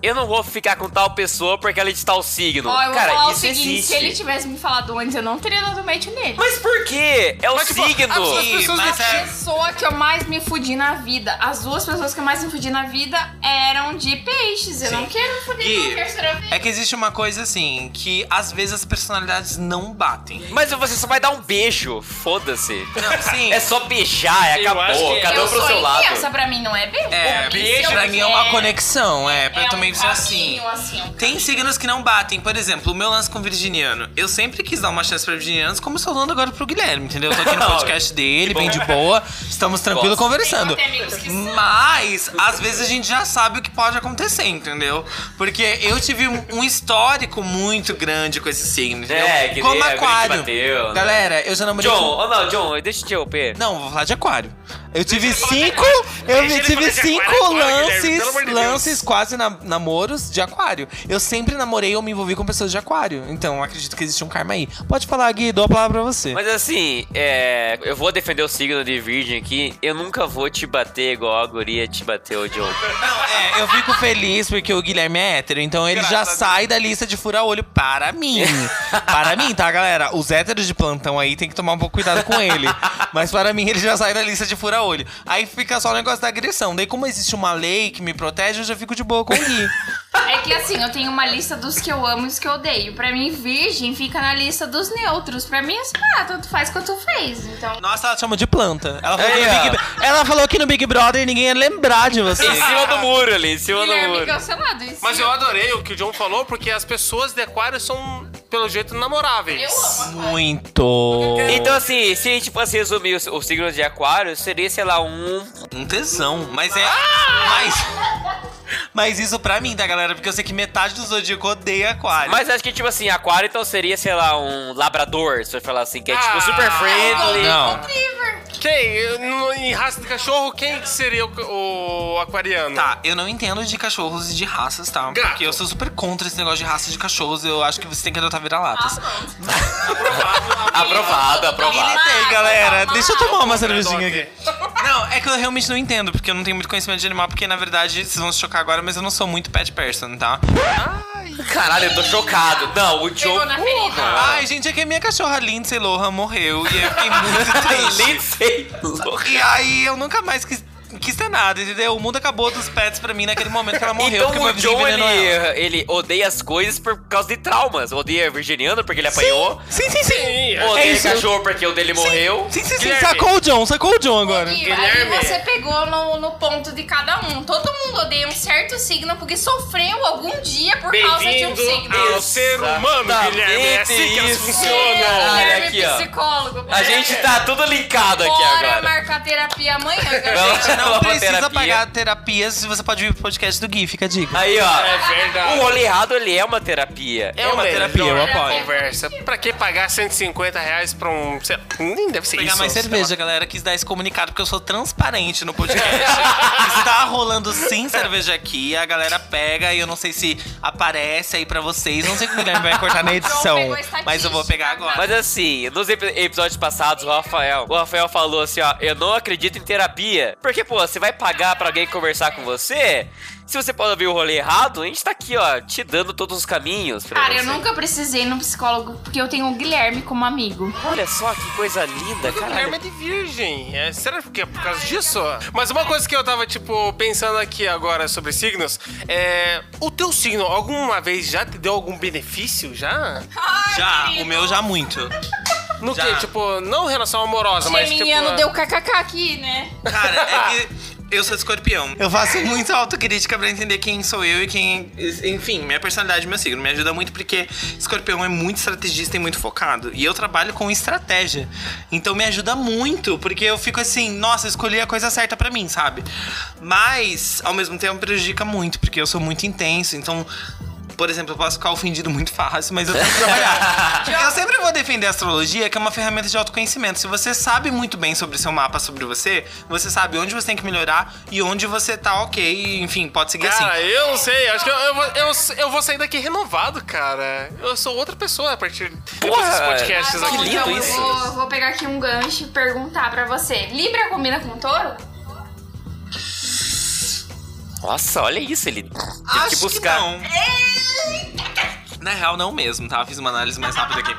Speaker 2: eu não vou ficar com tal pessoa porque ela é de tal signo.
Speaker 6: Ó, eu vou
Speaker 2: cara,
Speaker 6: falar o
Speaker 2: isso
Speaker 6: seguinte:
Speaker 2: existe.
Speaker 6: se ele tivesse me falado antes, eu não teria dado match nele.
Speaker 2: Mas por quê? É o
Speaker 3: Mas, tipo,
Speaker 2: signo.
Speaker 3: a pessoa-
Speaker 5: Ih,
Speaker 3: pessoas
Speaker 5: mas
Speaker 3: não-
Speaker 5: é-
Speaker 6: pessoa que eu mais me fudi na vida, as duas pessoas que eu mais me fudi na vida eram de peixes. Eu
Speaker 5: Sim.
Speaker 6: não quero me fuder
Speaker 5: E-
Speaker 6: com a terceira vez.
Speaker 5: É que existe uma coisa assim, que às vezes as personalidades não batem.
Speaker 2: Mas você só vai dar um beijo, foda-se.
Speaker 5: Não, sim.
Speaker 2: É só beijar, é
Speaker 3: Eu acho
Speaker 2: acabou,
Speaker 3: que-
Speaker 2: cada
Speaker 6: eu
Speaker 2: um pro
Speaker 6: sou
Speaker 2: seu lado.
Speaker 6: intensa, pra mim não é beijo.
Speaker 5: É,
Speaker 6: Porque
Speaker 2: beijo
Speaker 6: se eu
Speaker 5: pra mim é uma
Speaker 6: quiser,
Speaker 5: conexão, é. Pra
Speaker 6: é
Speaker 5: eu também
Speaker 6: um
Speaker 5: dizer assim.
Speaker 6: caminho, assim, um
Speaker 5: Tem signos que não batem. Por exemplo, o meu lance com o virginiano. Eu sempre quis dar uma chance pra virginianos, como estou dando agora pro Guilherme, entendeu? Eu tô aqui no podcast dele, bem de boa. Estamos tranquilos
Speaker 2: Gosto.
Speaker 5: conversando.
Speaker 6: Tem amigos que são.
Speaker 5: Mas, às vezes a gente já sabe o que pode acontecer, entendeu? Porque eu tive um um histórico muito grande com esse signo, entendeu?
Speaker 2: É, que
Speaker 5: como
Speaker 2: nem a gente
Speaker 5: aquário.
Speaker 2: bateu, né?
Speaker 5: Galera, eu já namorei
Speaker 2: John,
Speaker 5: com...
Speaker 2: oh não, John, deixa eu te interromper.
Speaker 5: Não, vou falar de aquário. Eu tive
Speaker 3: falar de
Speaker 5: cinco.
Speaker 3: aquário.
Speaker 5: Eu
Speaker 3: Deixa ele
Speaker 5: tive
Speaker 3: falar de
Speaker 5: cinco
Speaker 3: aquário agora, Guilherme, pelo amor
Speaker 5: lances,
Speaker 3: de Deus.
Speaker 5: lances quase na- namoros de aquário. Eu sempre namorei ou me envolvi com pessoas de aquário. Então, acredito que existe um karma aí. Pode falar, Gui, dou a palavra pra você.
Speaker 2: Mas assim, é, eu vou defender o signo de virgem aqui. Eu nunca vou te bater igual a guria te bateu, John.
Speaker 5: Não, é, eu fico feliz porque o Guilherme é hétero, então ele já
Speaker 3: Graças a
Speaker 5: sai da lista de fura-olho para mim. para mim, tá, galera? Os héteros de plantão aí tem que tomar um pouco cuidado com ele. Mas para mim, ele já sai da lista de fura-olho. Aí fica só o negócio da agressão. Daí, como existe uma lei que me protege, eu já fico de boa com o Gui.
Speaker 6: É que assim, eu tenho uma lista dos que eu amo e dos que eu odeio. Pra mim, virgem fica na lista dos neutros. Pra mim, assim, ah, tanto faz quanto fez. Então.
Speaker 5: Nossa, ela te chamou de planta. Ela falou,
Speaker 2: Aí,
Speaker 5: que no
Speaker 2: ó.
Speaker 5: Big... ela falou que no Big Brother ninguém ia lembrar de você.
Speaker 2: Em cima do muro ali, em cima do
Speaker 6: Guilherme
Speaker 2: muro.
Speaker 6: cancelado. Isso.
Speaker 3: Mas eu adorei o que o John falou, porque as pessoas de aquário são, pelo jeito, namoráveis.
Speaker 6: Eu amo.
Speaker 5: Muito.
Speaker 2: Então assim, se a gente fosse resumir o, o signo de aquário, seria, sei lá, um...
Speaker 5: Um tesão, mas é. Mas. Mas isso pra mim, tá, galera? Porque eu sei que metade do Zodíaco odeia aquário.
Speaker 2: Mas acho que, tipo assim, aquário então seria, sei lá, um labrador, se eu falar assim, que é tipo
Speaker 3: Ah,
Speaker 2: super friendly.
Speaker 5: Não.
Speaker 3: Quem? Eu não- Em raça de cachorro, quem que seria o, o aquariano?
Speaker 5: Tá, eu não entendo de cachorros e de raças, tá?
Speaker 3: Gato.
Speaker 5: Porque eu sou super contra esse negócio de raça de cachorros. Eu acho que você tem que adotar vira-latas.
Speaker 2: Aprovado, aprovado.
Speaker 5: Militei, galera. Deixa eu tomar uma
Speaker 3: Adote.
Speaker 5: cervejinha aqui. Não, é que eu realmente não entendo, porque eu não tenho muito conhecimento de animal, porque na verdade, vocês vão se chocar agora, mas eu não sou muito pet person, tá?
Speaker 2: Caralho, eu tô chocado. Não, o John...
Speaker 6: Pegou na ferida.
Speaker 5: Ai, gente, é que a minha cachorra Lindsay Lohan morreu e eu fiquei muito triste.
Speaker 2: Lindsay Lohan.
Speaker 5: E aí eu nunca mais quis, quis ter nada, entendeu? O mundo acabou dos pets pra mim naquele momento que ela morreu, porque
Speaker 2: então o
Speaker 5: meu vizinho
Speaker 2: John, ele, eh,
Speaker 5: envenenou ela.
Speaker 2: ele odeia as coisas por causa de traumas. Odeia virginiano porque ele apanhou.
Speaker 5: Sim, sim, sim.
Speaker 3: Sim,
Speaker 2: Odeia
Speaker 5: isso.
Speaker 2: cachorro porque o dele morreu.
Speaker 5: Sim, sim, sim.
Speaker 3: Guilherme.
Speaker 5: Sacou o John, sacou o John agora.
Speaker 6: E aí
Speaker 3: Guilherme.
Speaker 6: você pegou no, no ponto de cada um. Todo mundo odeia um certo signo porque sofreu algum dia por causa de um
Speaker 3: Bem-vindo
Speaker 6: signo.
Speaker 3: ao ser humano,
Speaker 5: Tá
Speaker 2: Exatamente
Speaker 3: Guilherme. É assim que elas
Speaker 2: isso.
Speaker 3: funcionam.
Speaker 2: Olha
Speaker 6: Guilherme
Speaker 2: aqui, ó.
Speaker 6: psicólogo.
Speaker 4: É.
Speaker 2: A gente tá tudo linkado aqui
Speaker 6: Bora
Speaker 2: agora.
Speaker 6: marcar terapia amanhã,
Speaker 2: Não.
Speaker 6: Guilherme.
Speaker 5: Gente, não
Speaker 2: Uma
Speaker 5: precisa
Speaker 2: terapia.
Speaker 5: pagar terapias se você pode vir pro podcast do Gui, fica a dica.
Speaker 2: Aí,
Speaker 3: É
Speaker 2: ó.
Speaker 3: verdade.
Speaker 2: O rolê errado, ele é uma terapia.
Speaker 3: É uma terapia,
Speaker 5: eu apoio.
Speaker 3: Conversa. Pra que pagar 150 reais pra um. sei lá, Nem deve ser
Speaker 5: Pegar
Speaker 3: isso. Tá
Speaker 5: mais
Speaker 3: sei
Speaker 5: cerveja, galera. Quis dar esse comunicado porque eu sou transparente no podcast. Está rolando sim cerveja aqui. A galera pega e eu não sei se aparece aí pra vocês. Não sei como o Guilherme vai cortar na edição.
Speaker 6: pegou a estatística,
Speaker 5: Mas eu vou pegar
Speaker 6: tá?
Speaker 5: agora.
Speaker 2: Mas assim, nos epi- episódios passados, o Rafael, o Rafael falou assim, ó, eu não acredito em terapia. Porque, pô, você vai pagar pra alguém conversar com você? Se você pode ouvir o rolê errado, a gente tá aqui, ó, te dando todos os caminhos pra
Speaker 6: Cara, eu
Speaker 2: você.
Speaker 6: nunca precisei ir no psicólogo porque eu tenho o Guilherme como amigo.
Speaker 2: Olha só que coisa linda,
Speaker 3: lá. Guilherme
Speaker 2: cara.
Speaker 3: é de virgem. É, será que é por causa disso? Mas uma coisa que eu tava, tipo, pensando aqui agora sobre signos é. O teu signo alguma vez já te deu algum benefício? Já?
Speaker 5: Já, o meu já muito.
Speaker 3: No
Speaker 5: Já.
Speaker 3: que? Tipo, não relação amorosa, mas tipo.
Speaker 6: Geminiano
Speaker 3: a-
Speaker 6: deu kkk aqui, né?
Speaker 5: Cara, é que eu sou escorpião. Eu faço muita autocrítica pra entender quem sou eu e quem. Enfim, minha personalidade e meu signo. Me ajuda muito porque escorpião é muito estrategista e muito focado. E eu trabalho com estratégia. Então me ajuda muito, porque eu fico assim, nossa, escolhi a coisa certa pra mim, sabe? Mas, ao mesmo tempo, prejudica muito, porque eu sou muito intenso. Então. por exemplo, eu posso ficar ofendido muito fácil, mas eu tenho que trabalhar. eu sempre vou defender a astrologia, que é uma ferramenta de autoconhecimento. Se você sabe muito bem sobre o seu mapa, sobre você, você sabe onde você tem que melhorar e onde você tá ok. Enfim, pode seguir assim.
Speaker 3: Cara, eu não sei. Acho que eu, eu, vou- eu, eu vou sair daqui renovado, cara. Eu sou outra pessoa a partir
Speaker 2: Porra,
Speaker 3: desses podcasts
Speaker 6: Ah,
Speaker 2: que
Speaker 3: aqui.
Speaker 2: lindo
Speaker 4: então eu
Speaker 2: isso.
Speaker 4: Vou, vou pegar aqui um gancho e perguntar pra você. Libra combina com touro?
Speaker 2: Nossa, olha isso, ele teve
Speaker 5: Acho
Speaker 2: que buscar.
Speaker 5: não. Na real, não mesmo, tá? Fiz uma análise mais rápida aqui.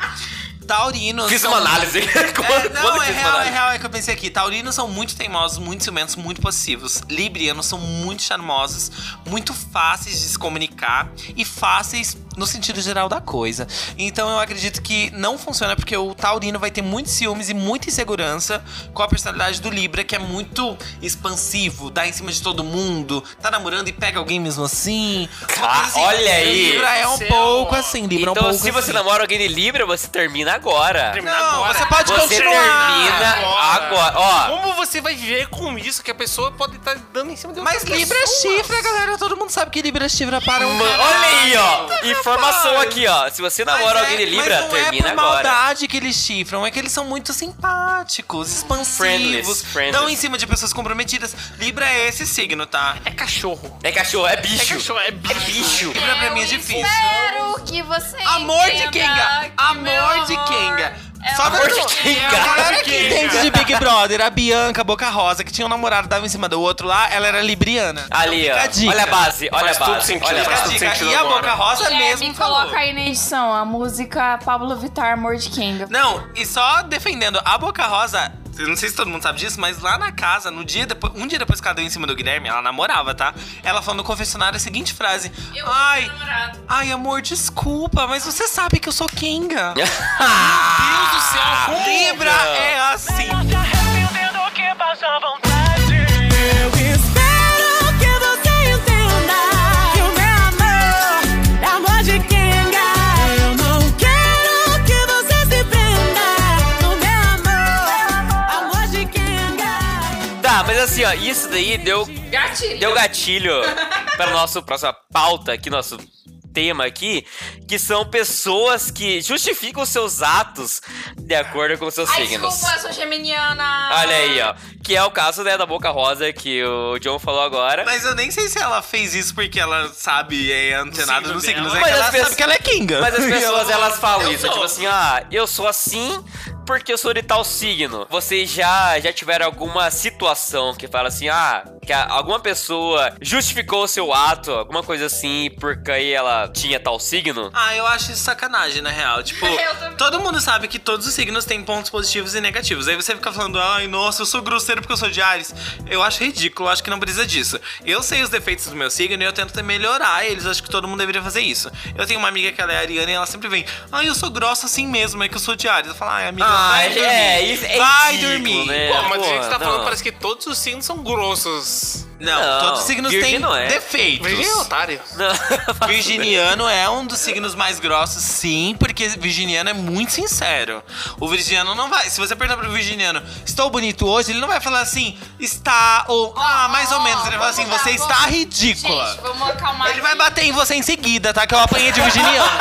Speaker 5: Taurinos.
Speaker 2: Fiz
Speaker 5: são-
Speaker 2: uma análise.
Speaker 5: É,
Speaker 2: Quando, quando
Speaker 5: não,
Speaker 2: que fiz uma
Speaker 5: é real, é
Speaker 2: análise?
Speaker 5: real, é que eu pensei aqui. Taurinos são muito teimosos, muito ciumentos, muito possessivos. Librianos são muito charmosos, muito fáceis de se comunicar e fáceis no sentido geral da coisa. Então eu acredito que não funciona porque o taurino vai ter muitos ciúmes e muita insegurança com a personalidade do Libra, que é muito expansivo, dá em cima de todo mundo, tá namorando e pega alguém mesmo assim. Uma
Speaker 2: Ca-
Speaker 5: coisa assim,
Speaker 2: Ah, olha aí.
Speaker 5: Libra é um
Speaker 3: Seu-
Speaker 5: pouco assim, Libra é um
Speaker 2: Então,
Speaker 5: pouco
Speaker 2: se você
Speaker 5: assim.
Speaker 2: namora alguém de Libra, você termina agora.
Speaker 3: Termina
Speaker 5: Não,
Speaker 3: agora.
Speaker 5: você pode
Speaker 2: Você
Speaker 5: continuar.
Speaker 2: termina
Speaker 3: Agora.
Speaker 2: agora. Ó,
Speaker 3: Como você vai viver com isso que a pessoa pode estar dando em cima de
Speaker 5: Mas
Speaker 3: outras
Speaker 5: Libra é
Speaker 3: pessoas?
Speaker 5: chifra, galera. Todo mundo sabe que Libra é chifra para um.
Speaker 3: Mano,
Speaker 5: caralho.
Speaker 2: olha aí, ó. Informação aqui, ó. Se você
Speaker 5: Mas
Speaker 2: namora
Speaker 5: é-
Speaker 2: alguém de
Speaker 5: mas
Speaker 2: Libra,
Speaker 5: não
Speaker 2: termina
Speaker 5: é por
Speaker 2: agora.
Speaker 5: maldade que eles chifram, é que eles são muito simpáticos, expansivos,
Speaker 2: Friendless, friendless.
Speaker 5: dão em cima de pessoas comprometidas. Libra é esse signo, tá?
Speaker 3: É cachorro.
Speaker 2: É cachorro, é
Speaker 3: É
Speaker 2: bicho.
Speaker 3: cachorro, é bicho.
Speaker 2: Bicho.
Speaker 5: Libra pra mim é difícil.
Speaker 4: Espero que você
Speaker 5: Amor de
Speaker 4: entenda
Speaker 5: Kenga!
Speaker 4: que meu
Speaker 5: Amor
Speaker 4: amor
Speaker 5: de Kenga!
Speaker 4: é
Speaker 5: Só
Speaker 4: amor
Speaker 2: Amor
Speaker 5: pra-
Speaker 2: de quem, cara?
Speaker 5: Galera que
Speaker 3: Kenga.
Speaker 5: entende de Big Brother, a Bianca Boca Rosa, que tinha um namorado, dava em cima do outro lá, ela era libriana.
Speaker 2: Ali, ó.
Speaker 5: Então fica a dica.
Speaker 2: Olha a base, olha a
Speaker 3: Faz todo
Speaker 2: base.
Speaker 3: sentido,
Speaker 2: Olha a
Speaker 5: Fica
Speaker 3: faz
Speaker 5: a
Speaker 2: base.
Speaker 3: todo
Speaker 5: dica.
Speaker 3: sentido
Speaker 5: E a
Speaker 3: agora.
Speaker 5: Boca Rosa
Speaker 4: Guilherme,
Speaker 5: mesmo falou.
Speaker 4: coloca aí na edição a música Pablo Vittar, Amor de Kenga.
Speaker 5: Não, e só defendendo a Boca Rosa. Eu não sei se todo mundo sabe disso, mas lá na casa, no dia depois, um dia depois que ela deu em cima do Guilherme, ela namorava, tá? Ela falou no confessionário a seguinte frase: Ai, ai, amor, desculpa, mas você sabe que eu sou Kinga.
Speaker 3: Deus do céu, como?
Speaker 5: Libra é assim.
Speaker 1: Se arrependendo o que passa à vontade. Eu espero que você entenda que o meu amor é amor de Kenga. Eu não quero que você se prenda no meu amor, é amor de Kenga.
Speaker 2: Tá, mas assim, ó, isso daí deu,
Speaker 4: Gatilho.
Speaker 2: deu gatilho para nossa próxima pauta aqui, nosso tema aqui, que são pessoas que justificam seus atos de acordo com seus
Speaker 4: Ai,
Speaker 2: signos.
Speaker 4: desculpa, eu sou geminiana.
Speaker 2: Olha aí, ó. Que é o caso né, da Boca Rosa que o John falou agora.
Speaker 5: Mas eu nem sei se ela fez isso porque ela sabe, é antenada
Speaker 3: signo dela.
Speaker 5: nos signos. É que
Speaker 2: Mas
Speaker 5: ela
Speaker 2: as
Speaker 5: sabe
Speaker 2: pessoas-
Speaker 5: que ela é Kinga.
Speaker 2: Mas as
Speaker 5: E
Speaker 2: pessoas,
Speaker 5: ela-
Speaker 2: elas falam
Speaker 5: Eu
Speaker 2: isso,
Speaker 5: sou.
Speaker 2: tipo assim, ah, eu sou assim porque eu sou de tal signo. Vocês já, já tiveram alguma situação que fala assim, ah, que a- alguma pessoa justificou o seu ato, alguma coisa assim, porque aí ela tinha tal signo?
Speaker 5: Ah, eu acho isso sacanagem, na real. Tipo,
Speaker 4: Eu também.
Speaker 5: todo mundo sabe que todos os signos têm pontos positivos e negativos. Aí você fica falando, ai, nossa, eu sou grosseiro porque eu sou de Ares. Eu acho ridículo, acho que não precisa disso. Eu sei os defeitos do meu signo e eu tento melhorar eles. Acho que todo mundo deveria fazer isso. Eu tenho uma amiga que ela é ariana e ela sempre vem, ai, eu sou grossa assim mesmo, é que eu sou de Ares. Eu falo, ai, amiga, vai dormir.
Speaker 2: Ah, é, isso
Speaker 5: vai
Speaker 2: ridículo,
Speaker 5: dormir.
Speaker 2: né?
Speaker 3: Pô, mas do jeito que você tá
Speaker 2: não.
Speaker 3: falando, parece que todos os signos são grossos.
Speaker 5: Não,
Speaker 2: Não,
Speaker 5: todos os signos
Speaker 2: virgem
Speaker 5: têm
Speaker 2: não é.
Speaker 5: defeitos.
Speaker 3: Virgem é otário.
Speaker 2: Não.
Speaker 5: Virginiano é um dos signos mais grossos, sim, porque virginiano é muito sincero. O virginiano não vai. Se você perguntar pro virginiano, estou bonito hoje, ele não vai falar assim, está ou ah, mais ou menos. Ele vai falar assim,
Speaker 4: vamos
Speaker 5: você
Speaker 4: lá,
Speaker 5: está
Speaker 4: vamos-
Speaker 5: ridícula.
Speaker 4: Gente, vamos acalmar
Speaker 5: ele vai
Speaker 4: aqui.
Speaker 5: bater em você em seguida, tá? Que eu apanhei de virginiano.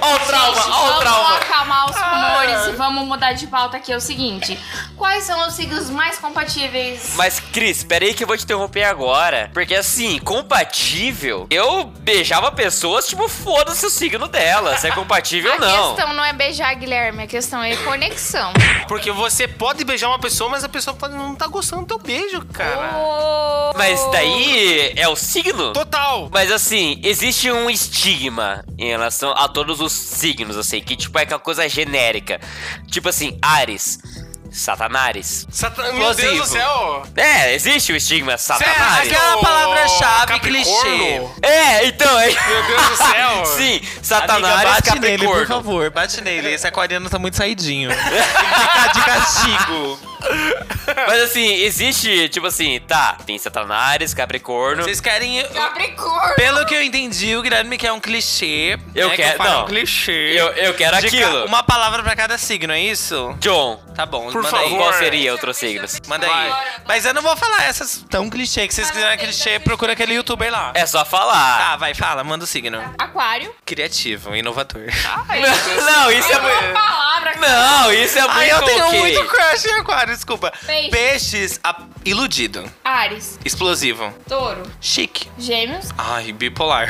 Speaker 2: Ó o trauma,
Speaker 4: Gente,
Speaker 2: ó o
Speaker 4: vamos
Speaker 2: trauma.
Speaker 4: acalmar os rumores e vamos mudar de pauta aqui. É o seguinte: quais são os signos mais compatíveis?
Speaker 2: Mas, Cris, peraí que eu vou te interromper agora. Porque, assim, compatível, eu beijava pessoas, tipo, foda-se o signo dela. Se é compatível
Speaker 4: a
Speaker 2: ou não.
Speaker 4: questão não é beijar, Guilherme, a questão é conexão.
Speaker 3: Porque você pode beijar uma pessoa, mas a pessoa pode não tá gostando do teu beijo, cara.
Speaker 2: Mas daí é o signo?
Speaker 3: Total.
Speaker 2: Mas assim, existe um estigma em relação a todos os signos, assim, que tipo é aquela coisa genérica. Tipo assim, Ares, Satanares.
Speaker 3: Satan... Meu Deus
Speaker 2: Explosivo.
Speaker 3: do céu.
Speaker 2: É, existe o estigma Satanares.
Speaker 5: é Aquela
Speaker 3: Ô,
Speaker 5: palavra-chave,
Speaker 3: Capricorno.
Speaker 2: É, então, é.
Speaker 3: Meu Deus do céu.
Speaker 2: Sim,
Speaker 5: Amiga,
Speaker 2: Satanares
Speaker 5: bate
Speaker 2: Capricorno.
Speaker 5: tá nele, por favor, bate nele. Esse aquariano tá muito saidinho. Fica de castigo.
Speaker 2: Mas assim, existe, tipo assim, tá, tem Satanás, Capricórnio.
Speaker 5: Vocês querem.
Speaker 6: Capricórnio.
Speaker 5: Pelo que eu entendi, o Guilherme quer um clichê.
Speaker 2: Eu
Speaker 5: né, que
Speaker 2: quero-
Speaker 5: falo
Speaker 2: não.
Speaker 5: um clichê.
Speaker 2: Eu, eu quero
Speaker 5: De ca-
Speaker 2: Tá aquilo.
Speaker 5: Uma palavra pra cada signo, é isso?
Speaker 2: John,
Speaker 5: Tá bom,
Speaker 3: Por
Speaker 5: manda
Speaker 3: favor.
Speaker 5: aí.
Speaker 2: qual seria outros signos?
Speaker 5: Manda aí. Mas eu não vou falar essas tão clichê que vocês quiserem clichê, procura aquele youtuber lá.
Speaker 2: É só falar.
Speaker 5: Tá, vai, fala, manda o signo.
Speaker 6: Aquário.
Speaker 5: Criativo, inovador.
Speaker 6: Ai,
Speaker 2: Não, isso é
Speaker 6: uma
Speaker 2: muito.
Speaker 6: palavra que
Speaker 2: Não, isso é muito.
Speaker 5: Ai, eu tenho
Speaker 2: ok.
Speaker 5: muito crush em aquário, desculpa.
Speaker 6: Peixe.
Speaker 5: Peixes, a- iludido,
Speaker 6: Ares,
Speaker 5: explosivo,
Speaker 6: touro,
Speaker 5: chique.
Speaker 6: gêmeos.
Speaker 5: Ai, bipolar.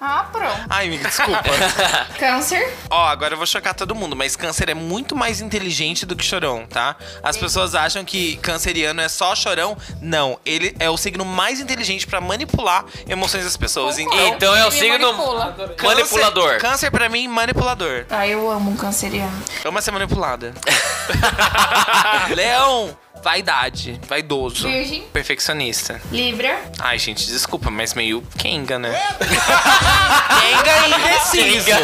Speaker 6: Ah, pronto.
Speaker 5: Ai, amiga, desculpa.
Speaker 6: Câncer.
Speaker 5: Ó, agora eu vou chocar todo mundo, mas câncer é muito mais inteligente do que chorão, tá? As pessoas acham que canceriano é só chorão. Não, ele é o signo mais inteligente pra manipular emoções das pessoas. Então,
Speaker 2: Então é o
Speaker 6: Me
Speaker 2: signo
Speaker 6: manipula.
Speaker 5: câncer-
Speaker 2: manipulador.
Speaker 5: Câncer pra mim, manipulador.
Speaker 6: Ah, eu amo um canceriano.
Speaker 5: Ama ser manipulada. Leão, vaidade, vaidoso.
Speaker 6: Virgem.
Speaker 5: Perfeccionista.
Speaker 6: Libra.
Speaker 5: Ai, gente, desculpa, mas meio Kenga, né? Kenga é indeciso.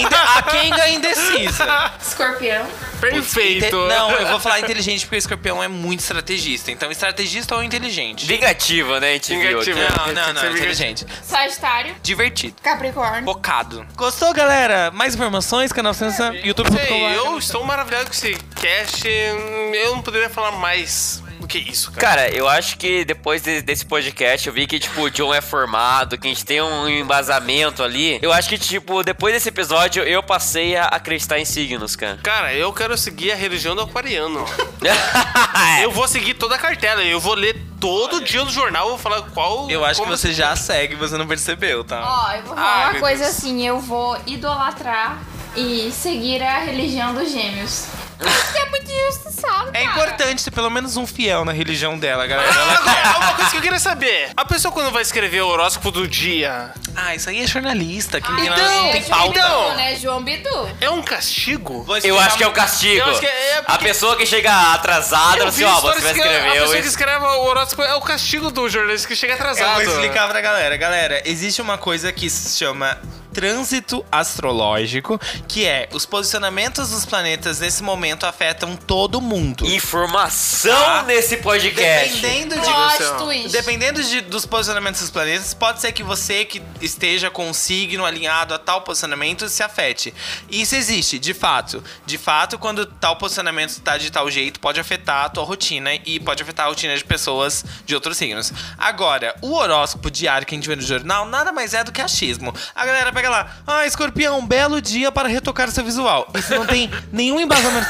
Speaker 5: Inde- A Kenga é indecisa.
Speaker 6: Escorpião.
Speaker 3: Perfeito.
Speaker 5: Inte- Não, eu vou falar inteligente porque o escorpião é muito estrategista. Então, estrategista ou inteligente?
Speaker 2: Vingativa, né? A gente viu aqui.
Speaker 3: Vingativa.
Speaker 5: Não,
Speaker 3: Tem
Speaker 5: não,
Speaker 3: que
Speaker 5: não,
Speaker 3: ser
Speaker 5: inteligente.
Speaker 6: Sagitário.
Speaker 5: Divertido.
Speaker 6: Capricórnio.
Speaker 5: Focado. É, Gostou, galera? Mais informações, canal Sensa, youtube.com.
Speaker 2: é?
Speaker 3: Sei, eu estou maravilhado com esse cast. Eu não poderia falar mais do que isso, cara.
Speaker 2: Cara, eu acho que depois de- desse podcast eu vi que, tipo, o John é formado, que a gente tem um embasamento ali. Eu acho que, tipo, depois desse episódio eu passei a acreditar em signos, cara.
Speaker 3: Cara, eu quero seguir a religião do aquariano. Eu vou seguir toda a cartela. Eu vou ler todo dia no jornal. Eu vou falar qual.
Speaker 5: Eu acho que
Speaker 3: como-
Speaker 5: você já segue, você não percebeu, tá?
Speaker 6: Ó, eu vou falar
Speaker 3: Ai,
Speaker 6: uma
Speaker 3: meu
Speaker 6: coisa
Speaker 3: Deus.
Speaker 6: assim, eu vou idolatrar e seguir a religião dos gêmeos. Isso é muito injustiçado, cara.
Speaker 5: É importante ter pelo menos um fiel na religião dela, galera. Ela-
Speaker 3: Agora, uma coisa que eu queria saber. A pessoa quando vai escrever o horóscopo do dia,
Speaker 5: Ah, isso aí é jornalista, que não tem nada-
Speaker 6: Então,
Speaker 5: não tem pauta.
Speaker 6: Bidu, né, João Bidu?
Speaker 3: é um castigo?
Speaker 5: Vou
Speaker 2: Eu
Speaker 5: explicar um-
Speaker 2: acho que é o castigo.
Speaker 3: Eu acho que é- é
Speaker 2: A
Speaker 3: porque-
Speaker 2: pessoa que chega atrasada,
Speaker 3: Eu
Speaker 2: fala assim,
Speaker 3: vi
Speaker 2: ó, você
Speaker 3: histórias
Speaker 2: vai
Speaker 3: que a
Speaker 2: escrever
Speaker 3: pessoa que
Speaker 2: hoje.
Speaker 3: escreve o horóscopo é o castigo do jornalista que chega
Speaker 5: Eu
Speaker 3: atrasado.
Speaker 5: vou explicar pra galera. Galera, existe uma coisa que se chama trânsito astrológico, que é os posicionamentos dos planetas nesse momento afetam todo mundo.
Speaker 2: Informação
Speaker 5: Tá.
Speaker 2: nesse podcast.
Speaker 5: dependendo de
Speaker 6: Plot twist.
Speaker 5: Dependendo de- dos posicionamentos dos planetas, pode ser que você que esteja com um signo alinhado a tal posicionamento se afete. Isso existe, de fato. De fato, quando tal posicionamento está de tal jeito, pode afetar a tua rotina e pode afetar a rotina de pessoas de outros signos. Agora, o horóscopo diário que a gente vê no jornal nada mais é do que achismo. A galera pega lá, ah, escorpião, belo dia para retocar seu visual. Isso não tem nenhum embasamento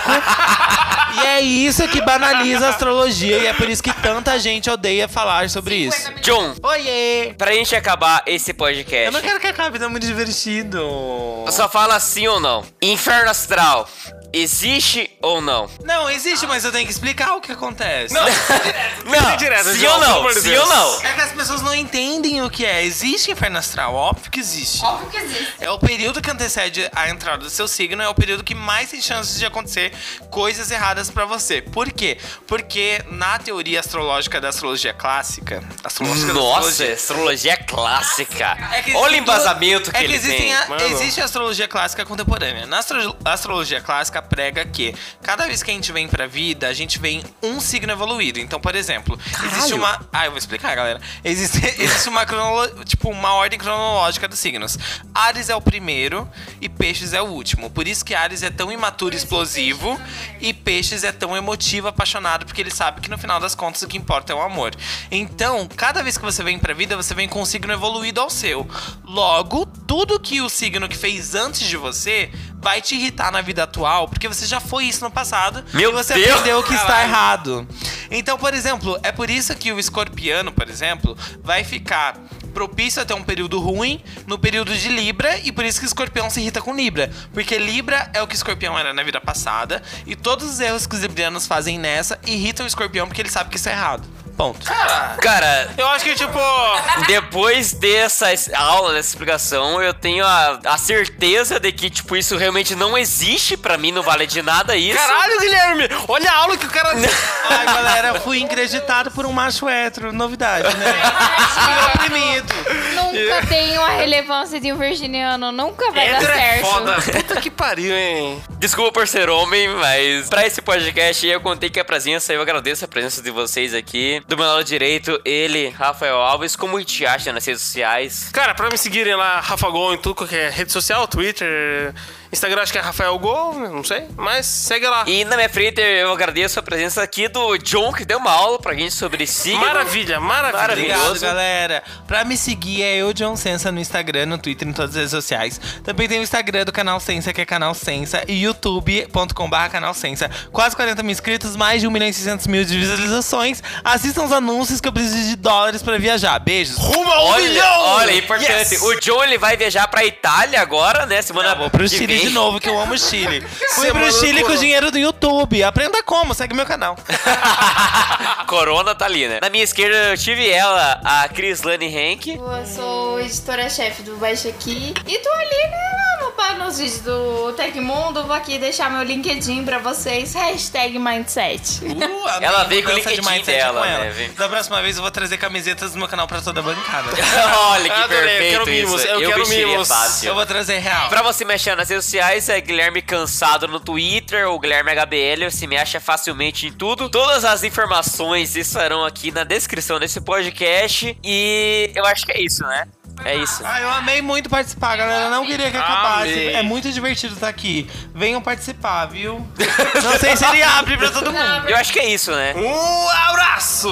Speaker 5: teórico. E é isso que banaliza a astrologia e é por isso que tanta gente odeia falar sobre isso.
Speaker 2: John,
Speaker 5: Oiê!
Speaker 2: pra gente acabar esse
Speaker 5: Eu não
Speaker 2: podcast,
Speaker 5: quero que acabe, tá muito divertido.
Speaker 2: só fala sim ou não. Inferno astral, existe ou não?
Speaker 5: Não, existe, mas eu tenho que explicar o que acontece.
Speaker 2: Não,
Speaker 3: direto,
Speaker 2: sim
Speaker 3: John,
Speaker 2: ou
Speaker 3: pelo
Speaker 2: não,
Speaker 3: amor de
Speaker 2: sim
Speaker 3: Deus.
Speaker 2: ou não.
Speaker 5: É que as pessoas não entendem o que é. Existe inferno astral, óbvio que existe.
Speaker 6: Óbvio que existe.
Speaker 5: É o período que antecede a entrada do seu signo, é o período que mais tem chances de acontecer coisas erradas pra você. Por quê? Porque na teoria astrológica da astrologia clássica, astrológica da
Speaker 2: Nossa,
Speaker 5: astrologia-
Speaker 2: astrologia é clássica.
Speaker 5: É que
Speaker 2: Olha o
Speaker 5: existem duas-
Speaker 2: embasamento que,
Speaker 5: é que
Speaker 2: ele
Speaker 5: existem
Speaker 2: tem.
Speaker 5: a-
Speaker 3: Mano.
Speaker 5: Existe a astrologia clássica contemporânea. Na astro- astrologia clássica prega que cada vez que a gente vem pra vida, a gente vem um signo evoluído. Então, por exemplo, existe uma. Ah, eu vou explicar, galera. Existe, existe uma cronolo... tipo, uma ordem cronológica dos signos. Ares é o primeiro e Peixes é o último. Por isso que Ares é tão imaturo e explosivo e Peixes é tão emotivo, apaixonado, porque ele sabe que no final das contas o que importa é o amor. Então, cada vez que você vem pra vida, você vem com um signo evoluído ao seu. Logo, tudo que o signo que fez antes de você vai te irritar na vida atual, porque você já foi isso no passado
Speaker 2: Meu
Speaker 5: e você
Speaker 2: Deus!
Speaker 5: aprendeu que está
Speaker 2: Caralho.
Speaker 5: errado. Então, por exemplo, é por isso que o escorpiano, por exemplo, vai ficar propício a ter um período ruim no período de Libra e por isso que o escorpião se irrita com Libra, porque Libra é o que o escorpião era na vida passada e todos os erros que os librianos fazem nessa irritam o escorpião porque ele sabe que isso é errado. Ponto.
Speaker 2: Cara,
Speaker 3: Eu acho que, tipo.
Speaker 2: Depois dessa es- aula, dessa explicação, eu tenho a, a certeza de que, tipo, isso realmente não existe pra mim, não vale de nada isso.
Speaker 3: Caralho, Guilherme! Olha a aula que o cara.
Speaker 5: Ai, galera, fui increditado por um macho hétero. Novidade, né? Oprimido.
Speaker 4: Nunca tenho a relevância de um virginiano, nunca vai
Speaker 3: Hétero
Speaker 4: dar
Speaker 3: é
Speaker 4: certo.
Speaker 3: foda. Puta que pariu, hein?
Speaker 2: Desculpa por ser homem, mas pra esse podcast eu contei que a presença, eu agradeço a presença de vocês aqui. Do meu lado direito, ele, Rafael Alves, como te acha nas redes sociais?
Speaker 3: Cara, pra me seguirem lá, Rafa Gol em tudo, qualquer rede social, Twitter, Instagram, acho que é Rafael Gol, não sei. Mas segue lá.
Speaker 2: E na minha frente eu agradeço a presença aqui do John, que deu uma aula pra gente sobre signo.
Speaker 3: Maravilha, maravilha.
Speaker 2: Maravilhoso.
Speaker 5: Obrigado, galera. Pra me seguir é eu, John Sensa, no Instagram, no Twitter, em todas as redes sociais. Também tem o Instagram do Canal Sensa, que é Canal Sensa, e youtube.com.br Canal Sensa. Quase 40 mil inscritos, mais de 1 milhão e 600 mil de visualizações. Assistam os anúncios que eu preciso de dólares pra viajar. Beijos.
Speaker 3: Rumo a um
Speaker 2: Olha,
Speaker 3: milhão!
Speaker 2: olha, é importante.
Speaker 3: Yes! Tá
Speaker 2: O John ele vai viajar pra Itália agora, né? Semana
Speaker 5: Eu vou pro
Speaker 2: que
Speaker 5: Chile
Speaker 2: vem.
Speaker 5: de novo, que eu amo o Chile. Fui
Speaker 3: Semana
Speaker 5: pro
Speaker 2: é
Speaker 5: Chile com o
Speaker 3: loucura.
Speaker 5: dinheiro do YouTube. Aprenda como, segue meu canal.
Speaker 2: Corona tá ali, né? Na minha esquerda eu tive ela, a Crislane Henk.
Speaker 6: Eu sou editora-chefe do Baixa Aqui e tô ali né, no, no, nos vídeos do Tecmundo. Vou aqui deixar meu LinkedIn pra vocês. Hashtag Mindset.
Speaker 5: Uh, a
Speaker 2: Ela
Speaker 5: minha
Speaker 2: veio com o
Speaker 5: mudança de
Speaker 2: LinkedIn
Speaker 5: mindset é
Speaker 2: dela,
Speaker 5: com
Speaker 2: né, vem.
Speaker 5: Da próxima vez eu vou trazer camisetas do meu canal pra toda a bancada.
Speaker 2: Olha que
Speaker 3: Adorei, eu
Speaker 2: perfeito
Speaker 3: quero mimos,
Speaker 2: isso.
Speaker 3: eu quero
Speaker 2: vestiria
Speaker 3: mimos.
Speaker 2: fácil.
Speaker 5: eu vou trazer real.
Speaker 2: Pra você me achar nas redes sociais, é Guilherme Cansado no Twitter ou Guilherme HBL, você me acha facilmente em tudo. Todas as informações estarão aqui na descrição desse podcast. E eu acho que é isso, né? É isso.
Speaker 5: Ah, eu amei muito participar, galera. Não queria que acabasse.
Speaker 3: Amei.
Speaker 5: É muito divertido estar aqui. Venham participar, viu? Não sei se ele abre pra todo mundo.
Speaker 2: Eu acho que é isso, né?
Speaker 3: Um abraço!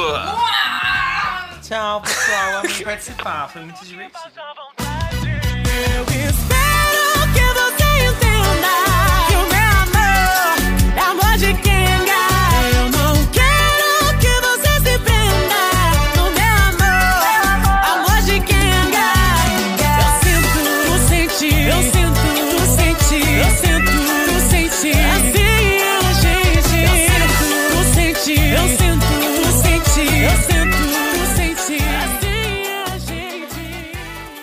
Speaker 5: Tchau, pessoal. Amei participar. Foi muito divertido.
Speaker 1: Eu espero que você entenda que o meu amor é amor de quenga. Eu não quero que você se prenda no meu amor, amor de quenga. Eu sinto, tu senti, eu sinto, tu senti, eu sinto, tu senti. Assim urgente. Eu sinto, tu senti, eu sinto, tu senti, eu sinto, tu senti. É Assim urgente.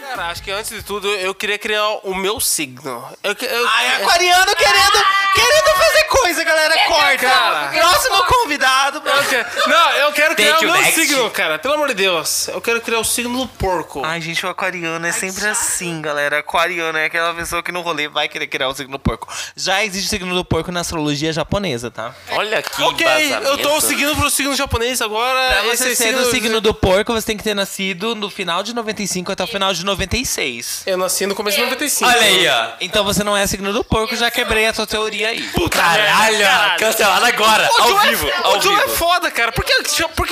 Speaker 3: Cara, acho que antes de tudo eu queria criar o meu signo. Eu, que- eu- é,
Speaker 5: Ai, aquariano querendo, querendo fazer coisa, galera. Corta.
Speaker 3: cara.
Speaker 5: Próximo convidado.
Speaker 3: eu que- Não, eu quero criar
Speaker 2: Thank
Speaker 3: o
Speaker 2: you,
Speaker 3: meu
Speaker 2: next.
Speaker 3: signo, cara. Pelo amor de Deus. Eu quero criar o signo do porco.
Speaker 5: Ai, gente, o aquariano é sempre assim, galera. Aquariano é aquela pessoa que no rolê vai querer criar o signo do porco. Já existe o signo do porco na astrologia japonesa, tá?
Speaker 2: Olha que
Speaker 3: ok, eu tô
Speaker 2: embasamento.
Speaker 3: seguindo pro signo japonês agora.
Speaker 5: Pra você
Speaker 3: Ah, esse
Speaker 5: ser do signo do porco, você tem que ter nascido no final de 95 até o final de 96.
Speaker 3: Eu nasci no começo de 95.
Speaker 2: É. Olha aí, ó.
Speaker 5: Então você não é signo do porco, já quebrei a tua teoria aí.
Speaker 3: Puta merda,
Speaker 2: Caralho,
Speaker 3: caralho.
Speaker 2: cancelado agora,
Speaker 3: O
Speaker 2: ao
Speaker 3: Joe
Speaker 2: vivo,
Speaker 3: é,
Speaker 2: ao
Speaker 3: o Joe é
Speaker 2: vivo.
Speaker 3: foda, cara. Por que, por que